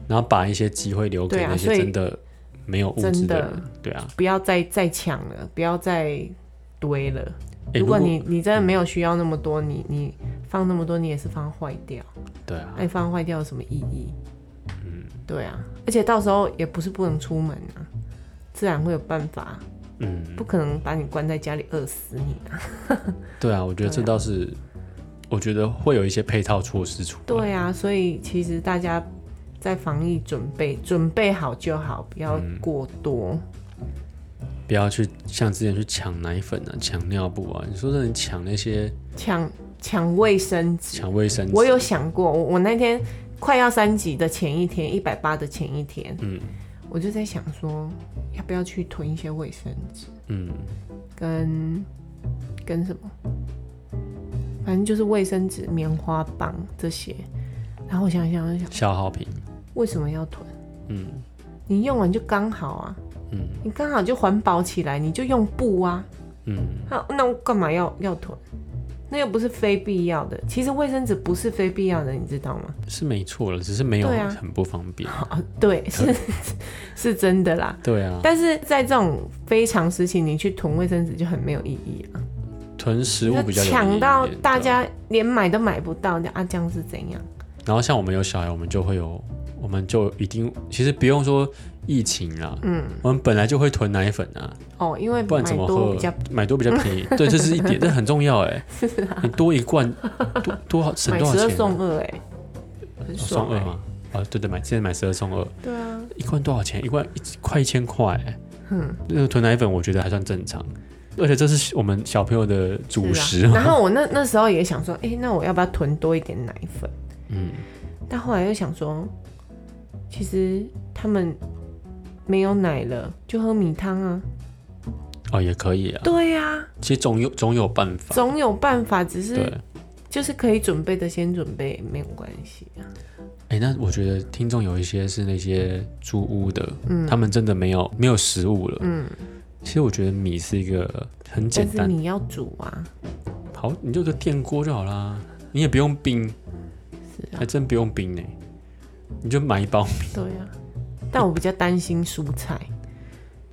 S1: 然后把一些机会留
S2: 对
S1: 给
S2: 啊
S1: 那
S2: 所
S1: 些
S2: 以
S1: 真的没有物质的
S2: 真的
S1: 人，对啊。
S2: 不要再再抢了，不要再堆了。
S1: 哎
S2: 如果你你真的没有需要那么多，你你放那么多，你也是放坏掉，
S1: 对啊，
S2: 那你放坏掉有什么意义？嗯，对啊，而且到时候也不是不能出门啊，自然会有办法，
S1: 嗯，
S2: 不可能把你关在家里饿死你啊。
S1: 对啊，我觉得这倒是，我觉得会有一些配套措施出来。
S2: 对啊，所以其实大家在防疫准备准备好就好，不要过多。
S1: 不要去像之前去抢奶粉啊、抢尿布啊。你说真的，你抢那些
S2: 抢抢卫生纸。
S1: 抢卫生纸，
S2: 我有想过，我我那天快要三级的前一天，一百八的前一天，
S1: 嗯
S2: 我就在想说，要不要去囤一些卫生纸，
S1: 嗯，
S2: 跟跟什么，反正就是卫生纸、棉花棒这些。然后我想想我想，
S1: 消耗品，
S2: 为什么要囤？
S1: 嗯
S2: 你用完就刚好啊，
S1: 嗯
S2: 你刚好就环保起来，你就用布啊。
S1: 嗯，
S2: 那那我干嘛要要囤？那又不是非必要的。其实卫生纸不是非必要的，你知道吗？
S1: 是没错了，只是没有
S2: 对啊
S1: 很不方便。
S2: 哦，对，是 是真的啦。
S1: 对啊，
S2: 但是在这种非常时期，你去囤卫生纸就很没有意义了、
S1: 囤食物
S2: 就
S1: 比较有意义一
S2: 抢
S1: 点
S2: 到大，
S1: 对啊
S2: 家连买都买不到，啊，这样是怎样？
S1: 然后像我们有小孩，我们就会有，我们就一定其实不用说疫情啦，
S2: 嗯，
S1: 我们本来就会囤奶粉啊，
S2: 哦，因为
S1: 不
S2: 买
S1: 然怎么
S2: 多
S1: 喝？
S2: 比较
S1: 买多比较便宜， 对，这是一点，这很重要 哎。你多一罐，多多少省
S2: 买
S1: 多
S2: 十
S1: 少
S2: 二
S1: 钱？
S2: 送二、哎，很
S1: 哦
S2: 爽、
S1: 送哦
S2: 哎
S1: 二吗？啊，对对，买现在买十二送二，
S2: 对啊，
S1: 一罐多少钱？一罐一快一千块欸，嗯，那个囤奶粉我觉得还算正常，而且这是我们小朋友的主食哦
S2: 是啊。然后我那那时候也想说，哎、那我要不要囤多一点奶粉？
S1: 嗯，
S2: 但后来又想说，其实他们没有奶了，就喝米汤啊。
S1: 哦，也可以啊，
S2: 对呀、啊，
S1: 其实总有总有办法。
S2: 总有办法，只
S1: 对，
S2: 是就是可以准备的先准备，没有关系啊。
S1: 哎、那我觉得听众有一些是那些租屋的，他们真的没有没有食物了。
S2: 嗯，
S1: 其实我觉得米是一个很简
S2: 但是
S1: 单，
S2: 你要煮啊，
S1: 好，你就个电锅就好啦，你也不用冰，
S2: 啊
S1: 还真不用冰呢、你就买一包米，
S2: 对呀、但我比较担心蔬菜，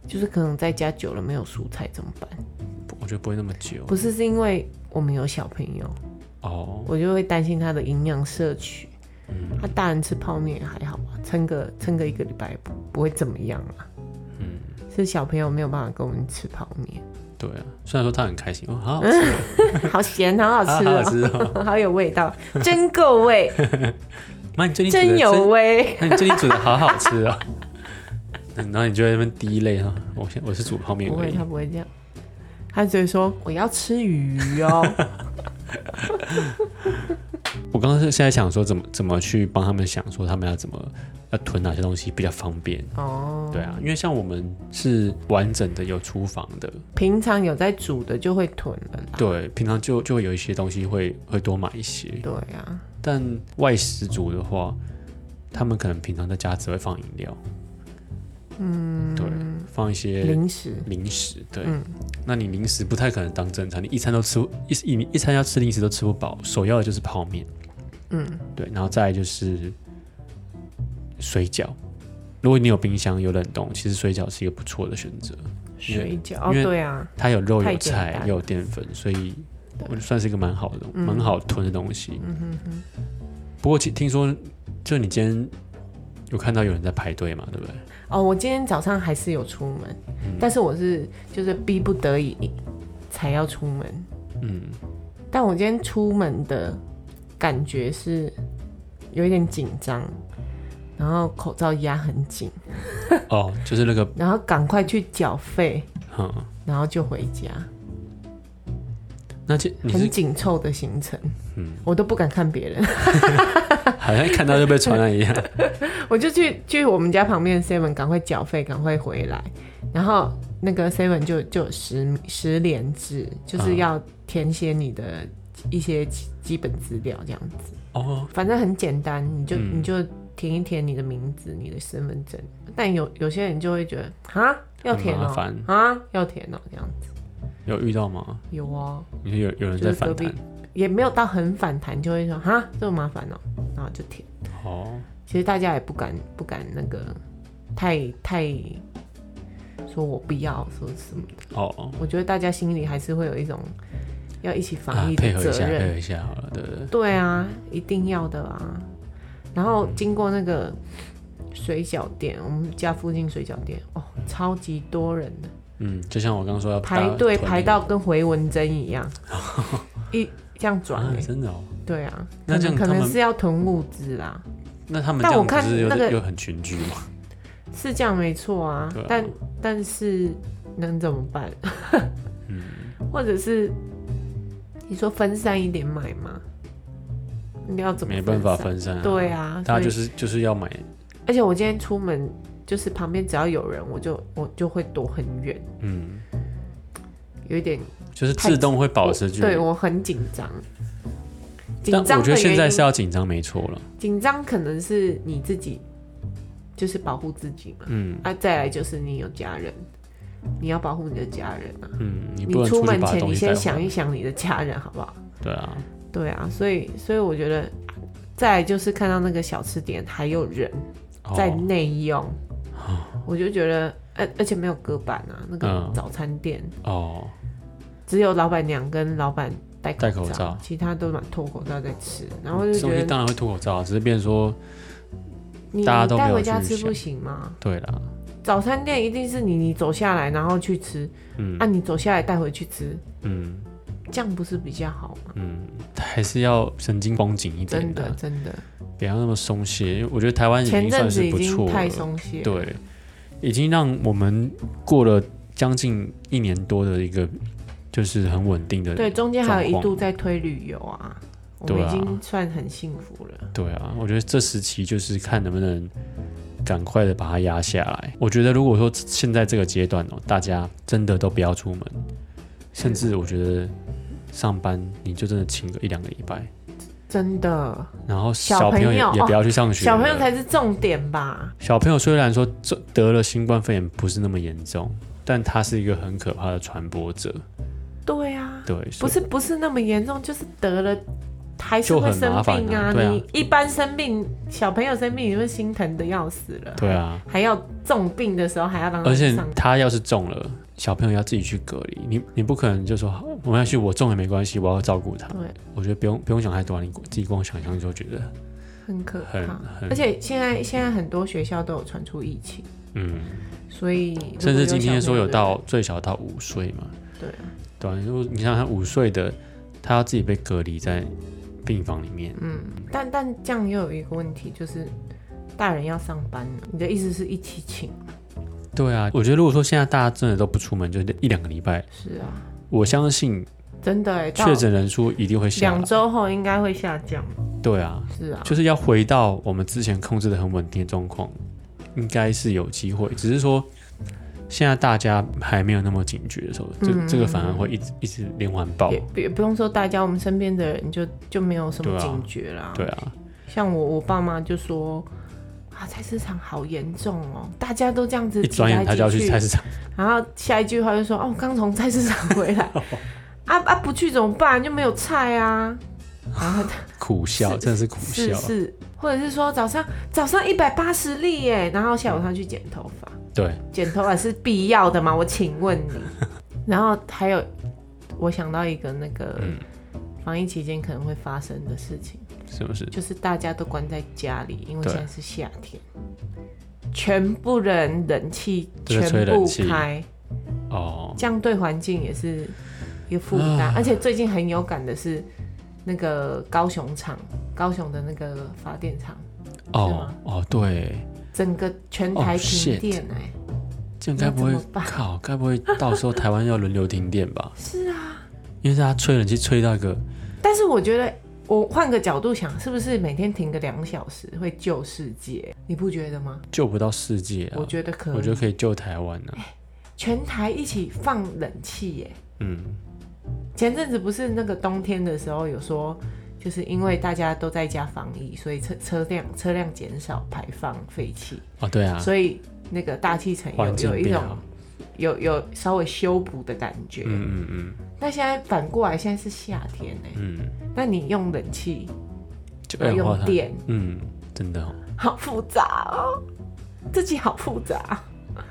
S2: 就是可能在家久了没有蔬菜怎么办？
S1: 我觉得不会那么久
S2: 不是是因为我们有小朋友，
S1: 哦。
S2: 我就会担心他的营养摄取。
S1: 嗯
S2: 他大人吃泡面也还好吧，撑个撑个一个礼拜不不会怎么样啊。
S1: 嗯
S2: 是小朋友没有办法跟我们吃泡面，
S1: 对啊，虽然说他很开心，哦，好好吃，
S2: 好咸，好好
S1: 好
S2: 吃
S1: 好
S2: 哦、
S1: 好吃哦。
S2: 好有味道，真够味，
S1: 妈， 你最近煮的
S2: 真有，味。
S1: 那你最近煮的好好吃哦。 嗯然后你就在那边滴泪哈，我现我是煮泡面
S2: 不
S1: 而
S2: 会，
S1: 已
S2: 他。不会这样，他只会说我要吃鱼哦。
S1: 我刚刚是现在想说怎么怎么去帮他们想说他们要怎么要囤哪些东西比较方便。
S2: 哦，
S1: 对啊，因为像我们是完整的有厨房的，
S2: 平常有在煮的就会囤了啦。
S1: 对，平常就就会有一些东西会会多买一些。
S2: 对啊，
S1: 但外食族的话，他们可能平常在家只会放饮料，嗯，对，放一些
S2: 零食
S1: 零嗯食，对。那你零食不太可能当正餐，你一餐都吃一一一餐要吃零食都吃不饱，首要的就是泡面，嗯，对，然后再来就是水饺。如果你有冰箱有冷冻，其实水饺是一个不错的选择，因为
S2: 水饺哦，
S1: 因为
S2: 对啊，
S1: 它有肉
S2: 太
S1: 有
S2: 简
S1: 菜
S2: 单嗯
S1: 又有淀粉，所以我觉得算是一个蛮好的东、蛮好囤的东西。不过其听说，就你今天有看到有人在排队嘛，对 不对？
S2: 哦，我今天早上还是有出门，
S1: 嗯
S2: 但是我是就是逼不得已才要出门。
S1: 嗯，
S2: 但我今天出门的感觉是有一点紧张，然后口罩压很紧，
S1: 哦，就是那个，
S2: 然后赶快去缴费，
S1: 嗯，
S2: 然后就回家。
S1: 那这你
S2: 很
S1: 是嗯
S2: 紧凑的行程，我都不敢看别人，
S1: 好像看到就被传染一 样。
S2: 我就去去我们家旁边的 Seven 赶快缴费，赶快回来，然后那个 Seven 就就有十十连制，就是要填写你的一些基基本资料这样子，
S1: 哦，
S2: 反正很简单，你就、
S1: 嗯
S2: 你就填一填你的名字、你的身份证，但有有些人就会觉得啊要填
S1: 很麻
S2: 哦、
S1: 烦
S2: 啊要填哦、这样子，
S1: 有遇到吗？
S2: 有哦、
S1: 你说有有人
S2: 就
S1: 在
S2: 是隔
S1: 反
S2: 壁
S1: 弹？
S2: 也没有到很反弹，就会说哈这么麻烦哦、然后就填。
S1: 哦，
S2: 其实大家也不敢不敢那个太太说我不要说什么的，
S1: 哦，
S2: 我觉得大家心里还是会有一种要一起
S1: 啊
S2: 防疫，
S1: 配
S2: 的
S1: 合一
S2: 责
S1: 下，配
S2: 任。
S1: 合一下好了，对对对。
S2: 对啊，一定要的啊。然后经过那个水饺店，我们家附近水饺店哦，超级多人的，
S1: 嗯，就像我刚刚说要
S2: 排队
S1: 大家
S2: 排
S1: 囤
S2: 到跟回文针一 样，一这样转
S1: 啊
S2: 哎、，
S1: 真的哦。
S2: 对啊，
S1: 那
S2: 可
S1: 这
S2: 能
S1: 样
S2: 可
S1: 他
S2: 能
S1: 们
S2: 是要囤物资啦。
S1: 那他们
S2: 但
S1: 这
S2: 我
S1: 样不
S2: 看
S1: 是又
S2: 那个
S1: 又很群居吗？
S2: 是这样没错啊，
S1: 对啊
S2: 但但是能怎么办？
S1: 嗯
S2: 或者是你说分散一点买吗？你要怎么
S1: 没办法
S2: 散？
S1: 分散啊。
S2: 对啊，
S1: 大家
S2: 所
S1: 就
S2: 以
S1: 是就是要买，
S2: 而且我今天出门，就是旁边只要有人，我就我就会躲很远，
S1: 嗯，
S2: 有一点
S1: 就是
S2: 太
S1: 自动会保持距离
S2: 对。我很紧张。紧
S1: 但
S2: 张
S1: 我觉得
S2: 的
S1: 现在
S2: 原
S1: 是
S2: 因，
S1: 要紧张，没错了。
S2: 紧张可能是你自己，就是保护自己嘛。
S1: 嗯
S2: 啊，再来就是你有家人，你要保护你的家人啊。
S1: 嗯，你
S2: 你
S1: 不能
S2: 出
S1: 去
S2: 门
S1: 把
S2: 前，你
S1: 东西带
S2: 先
S1: 回
S2: 想
S1: 来。
S2: 一想你的家人，好 不好？
S1: 对啊，
S2: 对啊，所以所以我觉得，再来就是看到那个小吃店还有人
S1: 哦
S2: 在内用，我就觉得，而而且没有隔板啊，那个
S1: 嗯
S2: 早餐店、
S1: 哦，
S2: 只有老板娘跟老板戴
S1: 戴
S2: 口
S1: 口罩嗯
S2: 其他都满脱口罩在吃，然后就
S1: 这
S2: 觉
S1: 东西
S2: 得
S1: 当然会脱口罩，只是变成说，
S2: 你
S1: 大家都没有
S2: 带回家
S1: 去
S2: 吃
S1: 想
S2: 不行吗？
S1: 对啦，
S2: 早餐店一定是你你走下来然后去吃，
S1: 嗯
S2: 啊，你走下来带回去吃，
S1: 嗯
S2: 这样不是比较好吗？
S1: 嗯，还是要神经绷紧一点
S2: 真的真的，
S1: 啊不要那么松懈，因为我觉得台湾已
S2: 前
S1: 经
S2: 阵
S1: 算
S2: 子
S1: 是
S2: 已
S1: 不
S2: 经
S1: 错
S2: 太
S1: 了。
S2: 松懈了。
S1: 对，已经让我们过了将近一年多的一个就是很稳定的。
S2: 对，中间还有一
S1: 状
S2: 度
S1: 况
S2: 在推旅游啊，我
S1: 对
S2: 们
S1: 啊
S2: 已经算很幸福了。
S1: 对啊，我觉得这时期就是看能不能赶快的把它压下来。我觉得如果说现在这个阶段哦，大家真的都不要出门，甚至我觉得上班你就真的请个一两个礼拜，
S2: 真的，
S1: 然后
S2: 小
S1: 朋友也
S2: 朋友哦
S1: 也不要去上学了、
S2: 小朋友才是重点吧？
S1: 小朋友虽然说这得了新冠肺炎不是那么严重，但他是一个很可怕的传播者，
S2: 对啊，
S1: 对，
S2: 不
S1: 所以
S2: 是不是那么严重，就是得了还是
S1: 就
S2: 会
S1: 很
S2: 生
S1: 麻烦
S2: 病
S1: 啊对啊
S2: 你一般生病，小朋友生病你会心疼的要死了。
S1: 对啊，
S2: 还要重病的时候还要让他
S1: 而且
S2: 上
S1: 他要是中了，小朋友要自己去隔离，你你不可能就说好没关系，我中了没关系，我要照顾他。
S2: 对，
S1: 我觉得不用不用想太多啊，你自己光想象就觉得
S2: 很可
S1: 很
S2: 怕。而
S1: 很
S2: 且现在现在很多学校都有传出疫情，
S1: 嗯，
S2: 所以
S1: 甚至今天说有
S2: 道，
S1: 到最小到五岁嘛，
S2: 对啊
S1: 对啊，如果你想想五岁的，他要自己被隔离在病房里面，
S2: 嗯但但这样又有一个问题，就是大人要上班了，你的意思是一起请？
S1: 对啊，我觉得如果说现在大家真的都不出门，就一两个礼拜，
S2: 是啊，
S1: 我相信
S2: 真的哎，到
S1: 确诊人数一定会下
S2: 两
S1: 来。
S2: 周后应该会下降，
S1: 对啊，
S2: 是啊，
S1: 就是要回到我们之前控制的很稳定的状况，应该是有机会，只是说现在大家还没有那么警觉的时候，这、
S2: 嗯
S1: 这个反而会一直一直连环爆。
S2: 也也不用说大家，我们身边的人就就没有什么
S1: 对啊
S2: 警觉啦。
S1: 对啊，
S2: 像我我爸妈就说。啊，菜市场好严重哦！大家都这样子
S1: 一
S2: 挤
S1: 转眼
S2: 来
S1: 他
S2: 挤
S1: 就要去菜市场，
S2: 然后下一句话就说：“哦，我刚从菜市场回 来，啊啊，不去怎么办？就没有菜啊。”然后他
S1: 苦笑，真的是苦
S2: 是
S1: 笑。
S2: 是，或者是说早上早上一百八十粒耶，然后下午他去剪头发，
S1: 对，
S2: 剪头发是必要的吗？我请问你。 然后还有，我想到一个那个
S1: 嗯
S2: 防疫期间可能会发生的事情，
S1: 是不是？
S2: 就是大家都关在家里，因为
S1: 对
S2: 现在是夏天，全部人冷气
S1: 都在
S2: 全
S1: 吹冷
S2: 部
S1: 气
S2: 开。
S1: 哦，
S2: 这样对环境也是一个负
S1: 啊
S2: 担。而且最近很有感的是那个高雄厂，高雄的那个发电厂，
S1: 哦，哦，对，
S2: 整个全台
S1: 哦
S2: 停
S1: ，shit
S2: 电哎、
S1: 这样该不会
S2: 那怎么办
S1: 靠？该不会到时候台湾要轮流停电吧？
S2: 是啊，
S1: 因为他吹冷气吹到一个
S2: 但是我觉得。我换个角度想，是不是每天停个两小时会救世界？你不觉得吗？
S1: 救不到世界啊
S2: 我，觉得可
S1: 我觉
S2: 以
S1: 得，可以救台湾啊呢、
S2: 全台一起放冷气耶、
S1: 嗯，
S2: 前阵子不是那个冬天的时候有说，就是因为大家都在家防疫，所以车车辆车辆减少排放废气，
S1: 哦，对啊，
S2: 所以那个大气层
S1: 环
S2: 有
S1: 境
S2: 有一
S1: 变
S2: 种
S1: 好，
S2: 有有稍微修补的感觉。
S1: 嗯嗯
S2: 那现在反过来，现在是夏天呢、
S1: 嗯嗯，
S2: 那你用冷气，
S1: 就
S2: 要
S1: 二氧化
S2: 用
S1: 碳，
S2: 电，
S1: 嗯，真的哦，
S2: 好复杂哦，自己好复杂。啊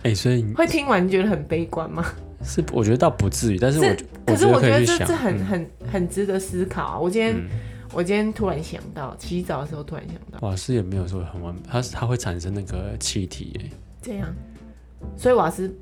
S1: 哎、所以
S2: 会听完觉得很悲观吗？
S1: 是我觉得倒不至于，但是我
S2: 这可是
S1: 我
S2: 我觉
S1: 可
S2: 得
S1: 以
S2: 这
S1: 去
S2: 这
S1: 想，
S2: 很
S1: 嗯
S2: 很很值得思考啊！我今天、
S1: 嗯
S2: 我今天突然想到，洗澡的时候突然想到
S1: 瓦斯也没有说很完，它它会产生那个气体、哎，
S2: 这样，所以我是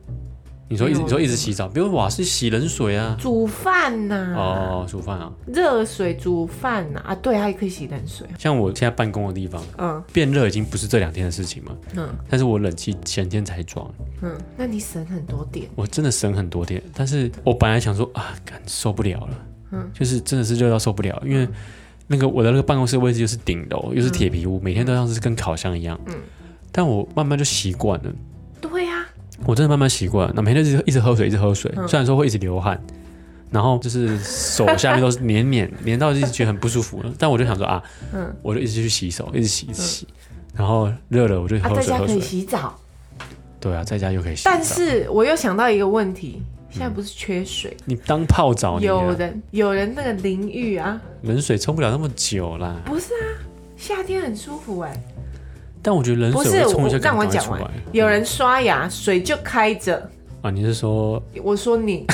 S1: 你说一直
S2: 没有
S1: 你说一直洗澡，比如瓦斯洗冷水啊，
S2: 煮饭呐、
S1: 哦，煮饭啊，
S2: 热水煮饭呐、啊，对，还可以洗冷水，啊
S1: 像我现在办公的地方
S2: 嗯
S1: 变热已经不是这两天的事情嘛，
S2: 嗯。
S1: 但是我冷气前天才装，
S2: 嗯，那你省很多点，
S1: 我真的省很多电，但是我本来想说啊，干受不了了，嗯，就是真的是热到受不了，因为
S2: 嗯
S1: 那个我的那个办公室位置又是顶楼，又是铁皮屋，每天都像是跟烤箱一样，嗯，但我慢慢就习惯了，
S2: 对啊呀、
S1: 我真的慢慢习惯了，那每天就是一直喝水，一直喝水，
S2: 嗯
S1: 虽然说会一直流汗，然后就是手下面都是黏黏黏到，就是觉得很不舒服了，但我就想说啊，嗯，我就一直去洗手，一直洗，一直洗。然后热了我就
S2: 嗯啊，
S1: 喝
S2: 在
S1: 水
S2: 家
S1: 喝
S2: 可以
S1: 水，
S2: 洗澡，
S1: 对啊，在家又可以洗澡。
S2: 但是我又想到一个问题，现在不是缺水，
S1: 你当泡澡你啊，
S2: 有人有人那个淋浴啊，
S1: 冷水冲不了那么久啦。
S2: 不是啊，夏天很舒服哎、
S1: 但我觉得冷
S2: 不
S1: 水
S2: 是
S1: 会冲
S2: 我
S1: 一下，
S2: 让我
S1: 赶快
S2: 讲
S1: 出
S2: 完
S1: 来。，
S2: 有人刷牙水就开着，
S1: 啊，你是说
S2: 我说你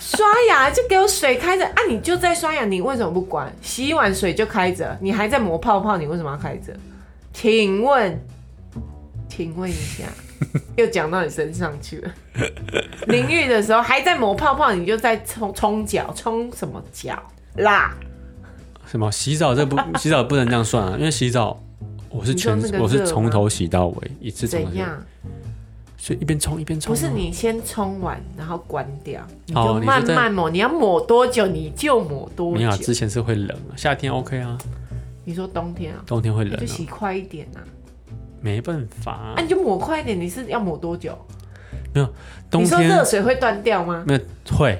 S2: 刷牙就给我水开着啊，你就在刷牙，你为什么不关？洗碗水就开着，你还在磨泡泡，你为什么要开着？请问， 请问一下，又讲到你身上去了。 淋浴的时候还在磨泡泡，你就在冲冲脚，冲什么脚啦？
S1: 什么洗澡？这不洗澡不能这样算啊，因为洗澡我我是
S2: 你说
S1: 全
S2: 那个
S1: 我是
S2: 热
S1: 从
S2: 吗
S1: 头洗到尾，一次从头
S2: 怎
S1: 洗到尾
S2: 样？
S1: 所以一边冲一边冲
S2: 不
S1: 吗。
S2: 是你先冲完，然后关掉，你就
S1: 哦，你
S2: 慢
S1: 是在
S2: 慢抹。你要抹多久，你就抹多
S1: 没有啊，
S2: 久。
S1: 之前是会冷啊，夏天 OK 啊，
S2: 你说冬天啊，
S1: 冬天会冷
S2: 那就
S1: 啊，
S2: 洗快一点啊。
S1: 没办法啊、
S2: 啊，你就抹快一点。你是要抹多久？
S1: 冬
S2: 你说热
S1: 天
S2: 水会断掉吗？
S1: 没有会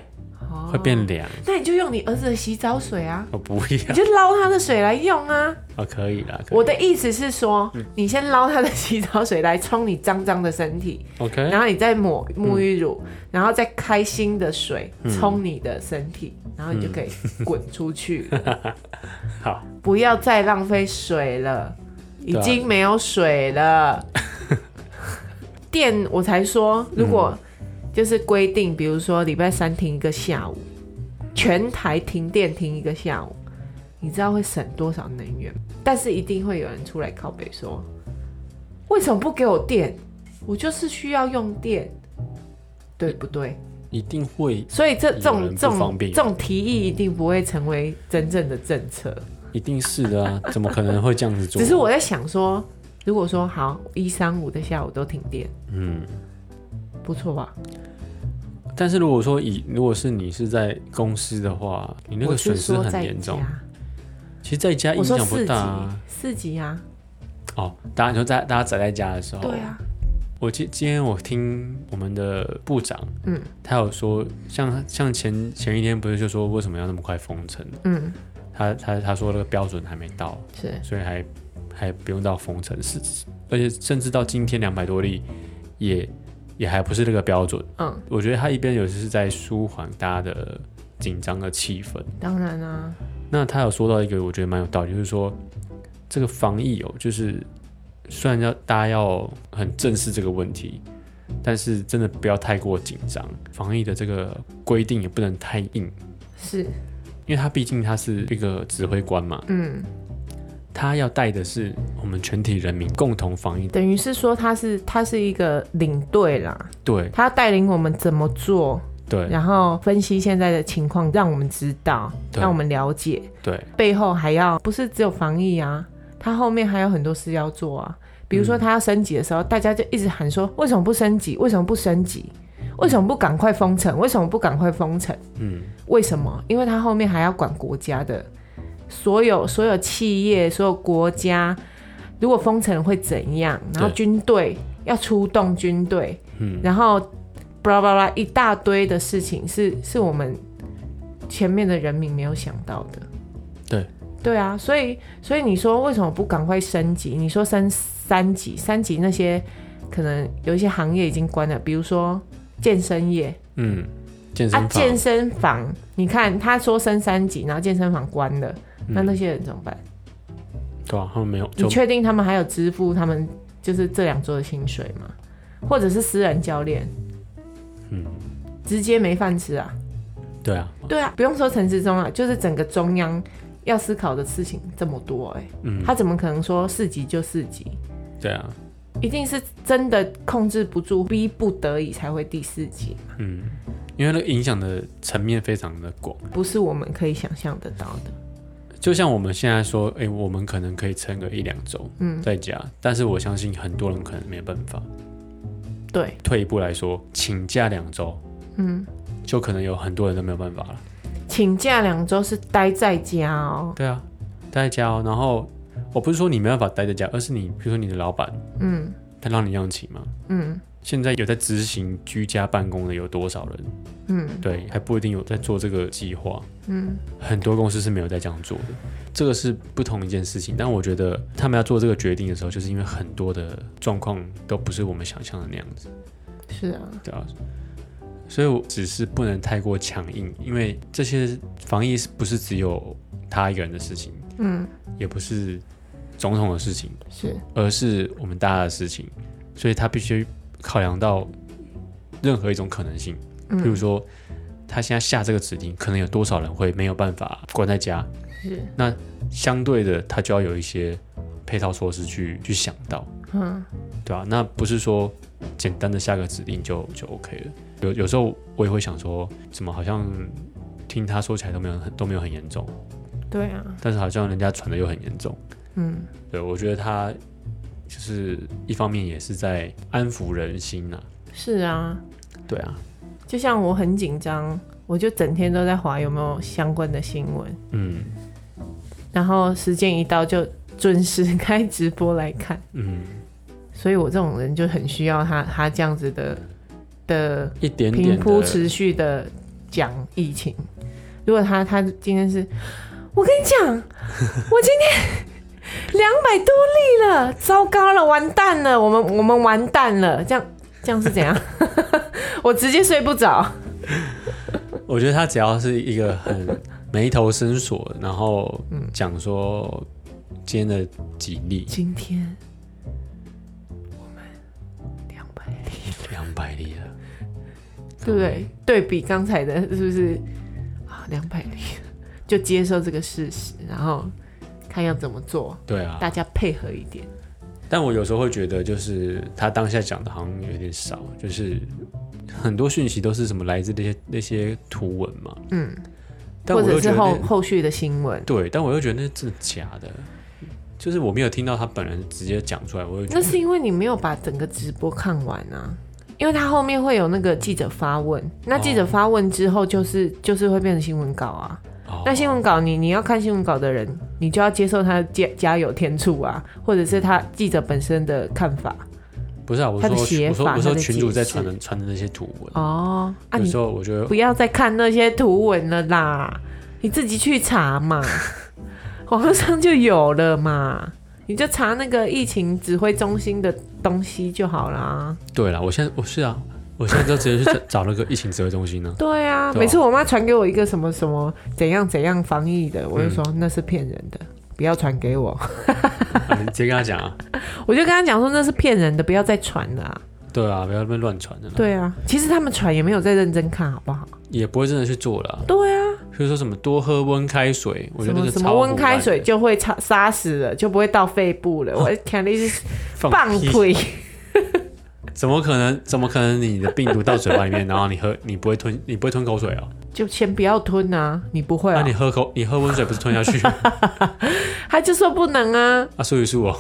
S2: 哦
S1: 会变凉，
S2: 那你就用你儿子的洗澡水啊，
S1: 我不
S2: 你
S1: 要
S2: 就捞他的水来用啊。
S1: 啊，可以啦，可以
S2: 我的意思是说，
S1: 嗯
S2: 你先捞他的洗澡水来冲你脏脏的身体，
S1: OK，
S2: 然后你再抹
S1: 嗯
S2: 沐浴乳，然后再开新的水冲你的身体，然后
S1: 嗯
S2: 你就可以滚出去，
S1: 好，
S2: 不要再浪费水了，已
S1: 对啊
S2: 经没有 水了。店我才说，如
S1: 嗯
S2: 果就是规定，比如说礼拜三停一个下午，全台停电停一个下午，你知道会省多少能源？但是一定会有人出来靠北说，为什么不给我电？我就是需要用电，对不对？
S1: 一定会
S2: 所以这这
S1: 有人
S2: 种
S1: 不
S2: 这种
S1: 方便
S2: 这种提议一定不会成为真正的政策。
S1: 一定是的啊，怎么可能会这样子做？
S2: 只是我在想说，如果说好一三五的下午都停电，
S1: 嗯，
S2: 不错吧？
S1: 但是如果说以如果是你是在公司的话，你那
S2: 我
S1: 个
S2: 是
S1: 损失
S2: 说
S1: 很
S2: 在
S1: 严重
S2: 家。，
S1: 其实在家
S2: 我
S1: 影
S2: 说
S1: 响
S2: 四
S1: 不
S2: 级
S1: 大、啊、
S2: 四级啊，
S1: 哦。大家你说在大家宅在家的时候，
S2: 对啊，
S1: 我今今天我听我们的部长，
S2: 嗯，
S1: 他有说，像像前前一天不是就说为什么要那么快封城？
S2: 嗯，
S1: 他他他说那个标准还没到，
S2: 是
S1: 所以还还不用到封城，是而且甚至到今天两百多例也也还不是那个标准。
S2: 嗯，
S1: 我觉得他一边有就是在舒缓大家的紧张的气氛。
S2: 当然啊，
S1: 那他有说到一个我觉得蛮有道理，就是说这个防疫哦，就是虽然要大家要很正视这个问题，但是真的不要太过紧张。防疫的这个规定也不能太硬，
S2: 是
S1: 因为他毕竟他是一个指挥官嘛，
S2: 嗯，
S1: 他要带的是我们全体人民共同防疫。
S2: 等于是说他是他是一个领队啦，
S1: 对
S2: 他带领我们怎么做，
S1: 对
S2: 然后分析现在的情况，让我们知道，
S1: 对
S2: 让我们了解，
S1: 对，
S2: 背后还要不是只有防疫啊，他后面还有很多事要做啊。比如说他要升级的时候，大家就一直喊说：为什么不升级？为什么不升级？为什么不赶快封城？为什么不赶快封城？
S1: 嗯，
S2: 为什么？因为他后面还要管国家的所有所有企业、所有国家，如果封城会怎样？然后
S1: 对
S2: 军队要出动军队，
S1: 嗯，
S2: 然后巴拉巴拉一大堆的事情是是我们前面的人民没有想到的。
S1: 对，
S2: 对啊，所以所以你说为什么不赶快升级？你说升三级，三级那些可能有一些行业已经关了，比如说健身业，
S1: 嗯，健
S2: 啊
S1: 身，房、
S2: 健身房，你看他说升三级，然后健身房关了，那那些人怎么办？
S1: 对啊，他们没有嗯
S2: 你
S1: 就
S2: 确定他们还有支付他们就是这两周的薪水吗？或者是私人教练？
S1: 嗯，
S2: 直接没饭吃啊！
S1: 对啊，
S2: 对啊，不用说陈时中啊，就是整个中央要思考的事情这么多哎、
S1: 嗯，
S2: 他怎么可能说四级就四级？
S1: 对啊，
S2: 一定是真的控制不住，逼不得已才会第四级，
S1: 嗯，因为那个影响的层面非常的广。
S2: 不是我们可以想象得到的。
S1: 就像我们现在说，哎、我们可能可以撑个一两周，
S2: 嗯
S1: 在家，但是我相信很多人可能没办法。
S2: 对，
S1: 退一步来说，请假两周，
S2: 嗯，
S1: 就可能有很多人都没有办法了。
S2: 请假两周是待在家哦，
S1: 对啊，待在家哦。然后我不是说你没办法待在家，而是你，比如说你的老板，
S2: 嗯
S1: 他让你让请吗？
S2: 嗯
S1: 现在有在执行居家办公的有多少人？
S2: 嗯
S1: 对，还不一定有在做这个计划。
S2: 嗯，
S1: 很多公司是没有在这样做的，这个是不同一件事情。但我觉得他们要做这个决定的时候，就是因为很多的状况都不是我们想象的那样子，
S2: 是啊，
S1: 对啊。所以我只是不能太过强硬，因为这些防疫是不是只有他一个人的事情，
S2: 嗯
S1: 也不是总统的事情，
S2: 是，
S1: 而是我们大家的事情，所以他必须考量到任何一种可能性。
S2: 嗯
S1: 比如说，他现在下这个指令，可能有多少人会没有办法关在家？
S2: 是，
S1: 相对的，他就要有一些配套措施去去想到，
S2: 嗯
S1: 对吧、那不是说简单的下个指令就就 OK 了。有有时候我也会想说，怎么好像听他说起来都没有很都没有很严重，
S2: 对啊，
S1: 但是好像人家传的又很严重。嗯，对，我觉得他就是一方面也是在安抚人心呐、
S2: 是啊，
S1: 对啊，
S2: 就像我很紧张，我就整天都在划有没有相关的新闻，
S1: 嗯
S2: 然后时间一到就准时 开直播来看。
S1: 嗯，
S2: 所以我这种人就很需要他他这样子的的
S1: 一点
S2: 平
S1: 点
S2: 铺
S1: 的，
S2: 持续的讲疫情。如果他他今天是，我跟你讲，我今天 两百多例了，糟糕了，完蛋了，我们我们完蛋了，这样这样是怎样？ 我直接睡不着。
S1: 我觉得他只要是一个很眉头深锁，然后讲说今天的几例
S2: 今天我们两百例，
S1: 两百例了，
S2: 对不对？对比刚才的是不是啊？两百例就接受这个事实，然后看要怎么做，
S1: 对啊，
S2: 大家配合一点。
S1: 但我有时候会觉得，就是他当下讲的好像有点少，就是很多讯息都是什么来自那些那些图文嘛，
S2: 嗯，
S1: 但
S2: 或
S1: 我
S2: 者
S1: 又觉
S2: 是
S1: 得
S2: 后
S1: 那
S2: 后续的新闻，
S1: 对，但我又觉得那是假的，就是我没有听到他本人直接讲出来，我就觉
S2: 那
S1: 得
S2: 是因为你没有把整个直播看完啊。因为他后面会有那个记者发问，那记者发问之后就是、就是会变成新闻稿啊。
S1: 哦
S2: 那新闻稿你你要看新闻稿的人，你就要接受他的加加油添醋啊，或者是他记者本身的看法
S1: 不是啊，我
S2: 他
S1: 说
S2: 的写
S1: 我说我
S2: 法
S1: 说
S2: 他的
S1: 群主
S2: 解
S1: 在
S2: 释
S1: 传的传的那些图文，
S2: 哦。啊，
S1: 有
S2: 你
S1: 时候我觉得
S2: 不要再看那些图文了啦，你自己去 查嘛，网络上就有了嘛，你就查那个疫情指挥中心的东西就好啦。
S1: 对了，我现在我是啊，我现在就直接去找 找那个疫情指挥中心呢、
S2: 对
S1: 对
S2: 啊，
S1: 啊
S2: 每次我妈传给我一个什么什么怎样怎样防疫的，我就说那是骗人的，不要传给我。
S1: 啊，你直接跟他讲啊，
S2: 我就跟她讲说那是骗人的，不要再传了、啊。
S1: 对啊，不要那边乱传的啦，
S2: 对啊，其实他们传也没有在认真看好不好？
S1: 也不会真的去做了啊。
S2: 对啊，
S1: 比如说什么多喝温开水，我觉
S2: 什
S1: 得那
S2: 么
S1: 个
S2: 什
S1: 超
S2: 么温
S1: 胡
S2: 开
S1: 乱
S2: 水
S1: 的
S2: 就会杀杀死了，就不会到肺部了。我肯定是
S1: 放
S2: 棒
S1: 屁
S2: 腿。
S1: 怎么可能？怎么可能？你的病毒到嘴巴里面，然后你喝，你不会吞，你不会吞口水哦。
S2: 就先不要吞啊，你不会
S1: 那、
S2: 啊？
S1: 你喝口，你喝温水不是吞下去
S2: 他就说不能啊，
S1: 啊？所以说哦，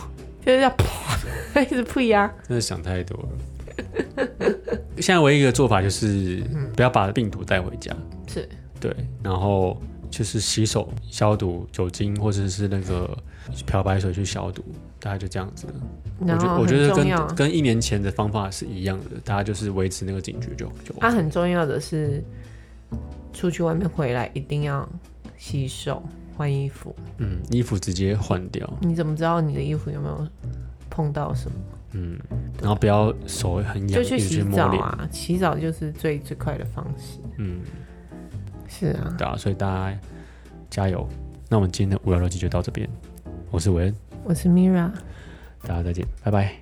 S2: 就是要噗， 一直啊呸呀、
S1: 真的想太多了。现在唯一一个做法就是不要把病毒带回家，
S2: 嗯是
S1: 对，然后就是洗手、消毒酒精或者是那个漂白水去消毒，大概就这样子了。我
S2: 然
S1: 觉
S2: 后
S1: 我觉得
S2: 很重要
S1: 跟跟一年前的方法是一样的，大家就是维持那个警觉就就 OK、
S2: 啊，很重要的是，出去外面回来一定要洗手、换衣服。
S1: 嗯，衣服直接换掉，
S2: 你怎么知道你的衣服有没有碰到什么？
S1: 嗯，然后不要手很痒，
S2: 就
S1: 一直
S2: 洗
S1: 去摸
S2: 澡
S1: 脸。
S2: 啊，洗澡就是最最快的方式。
S1: 嗯，
S2: 是啊，
S1: 对啊，所以大家加油。那我们今天的无聊逻辑就到这边，我是韦恩，
S2: 我是 Mira。
S1: 大家再见，拜拜。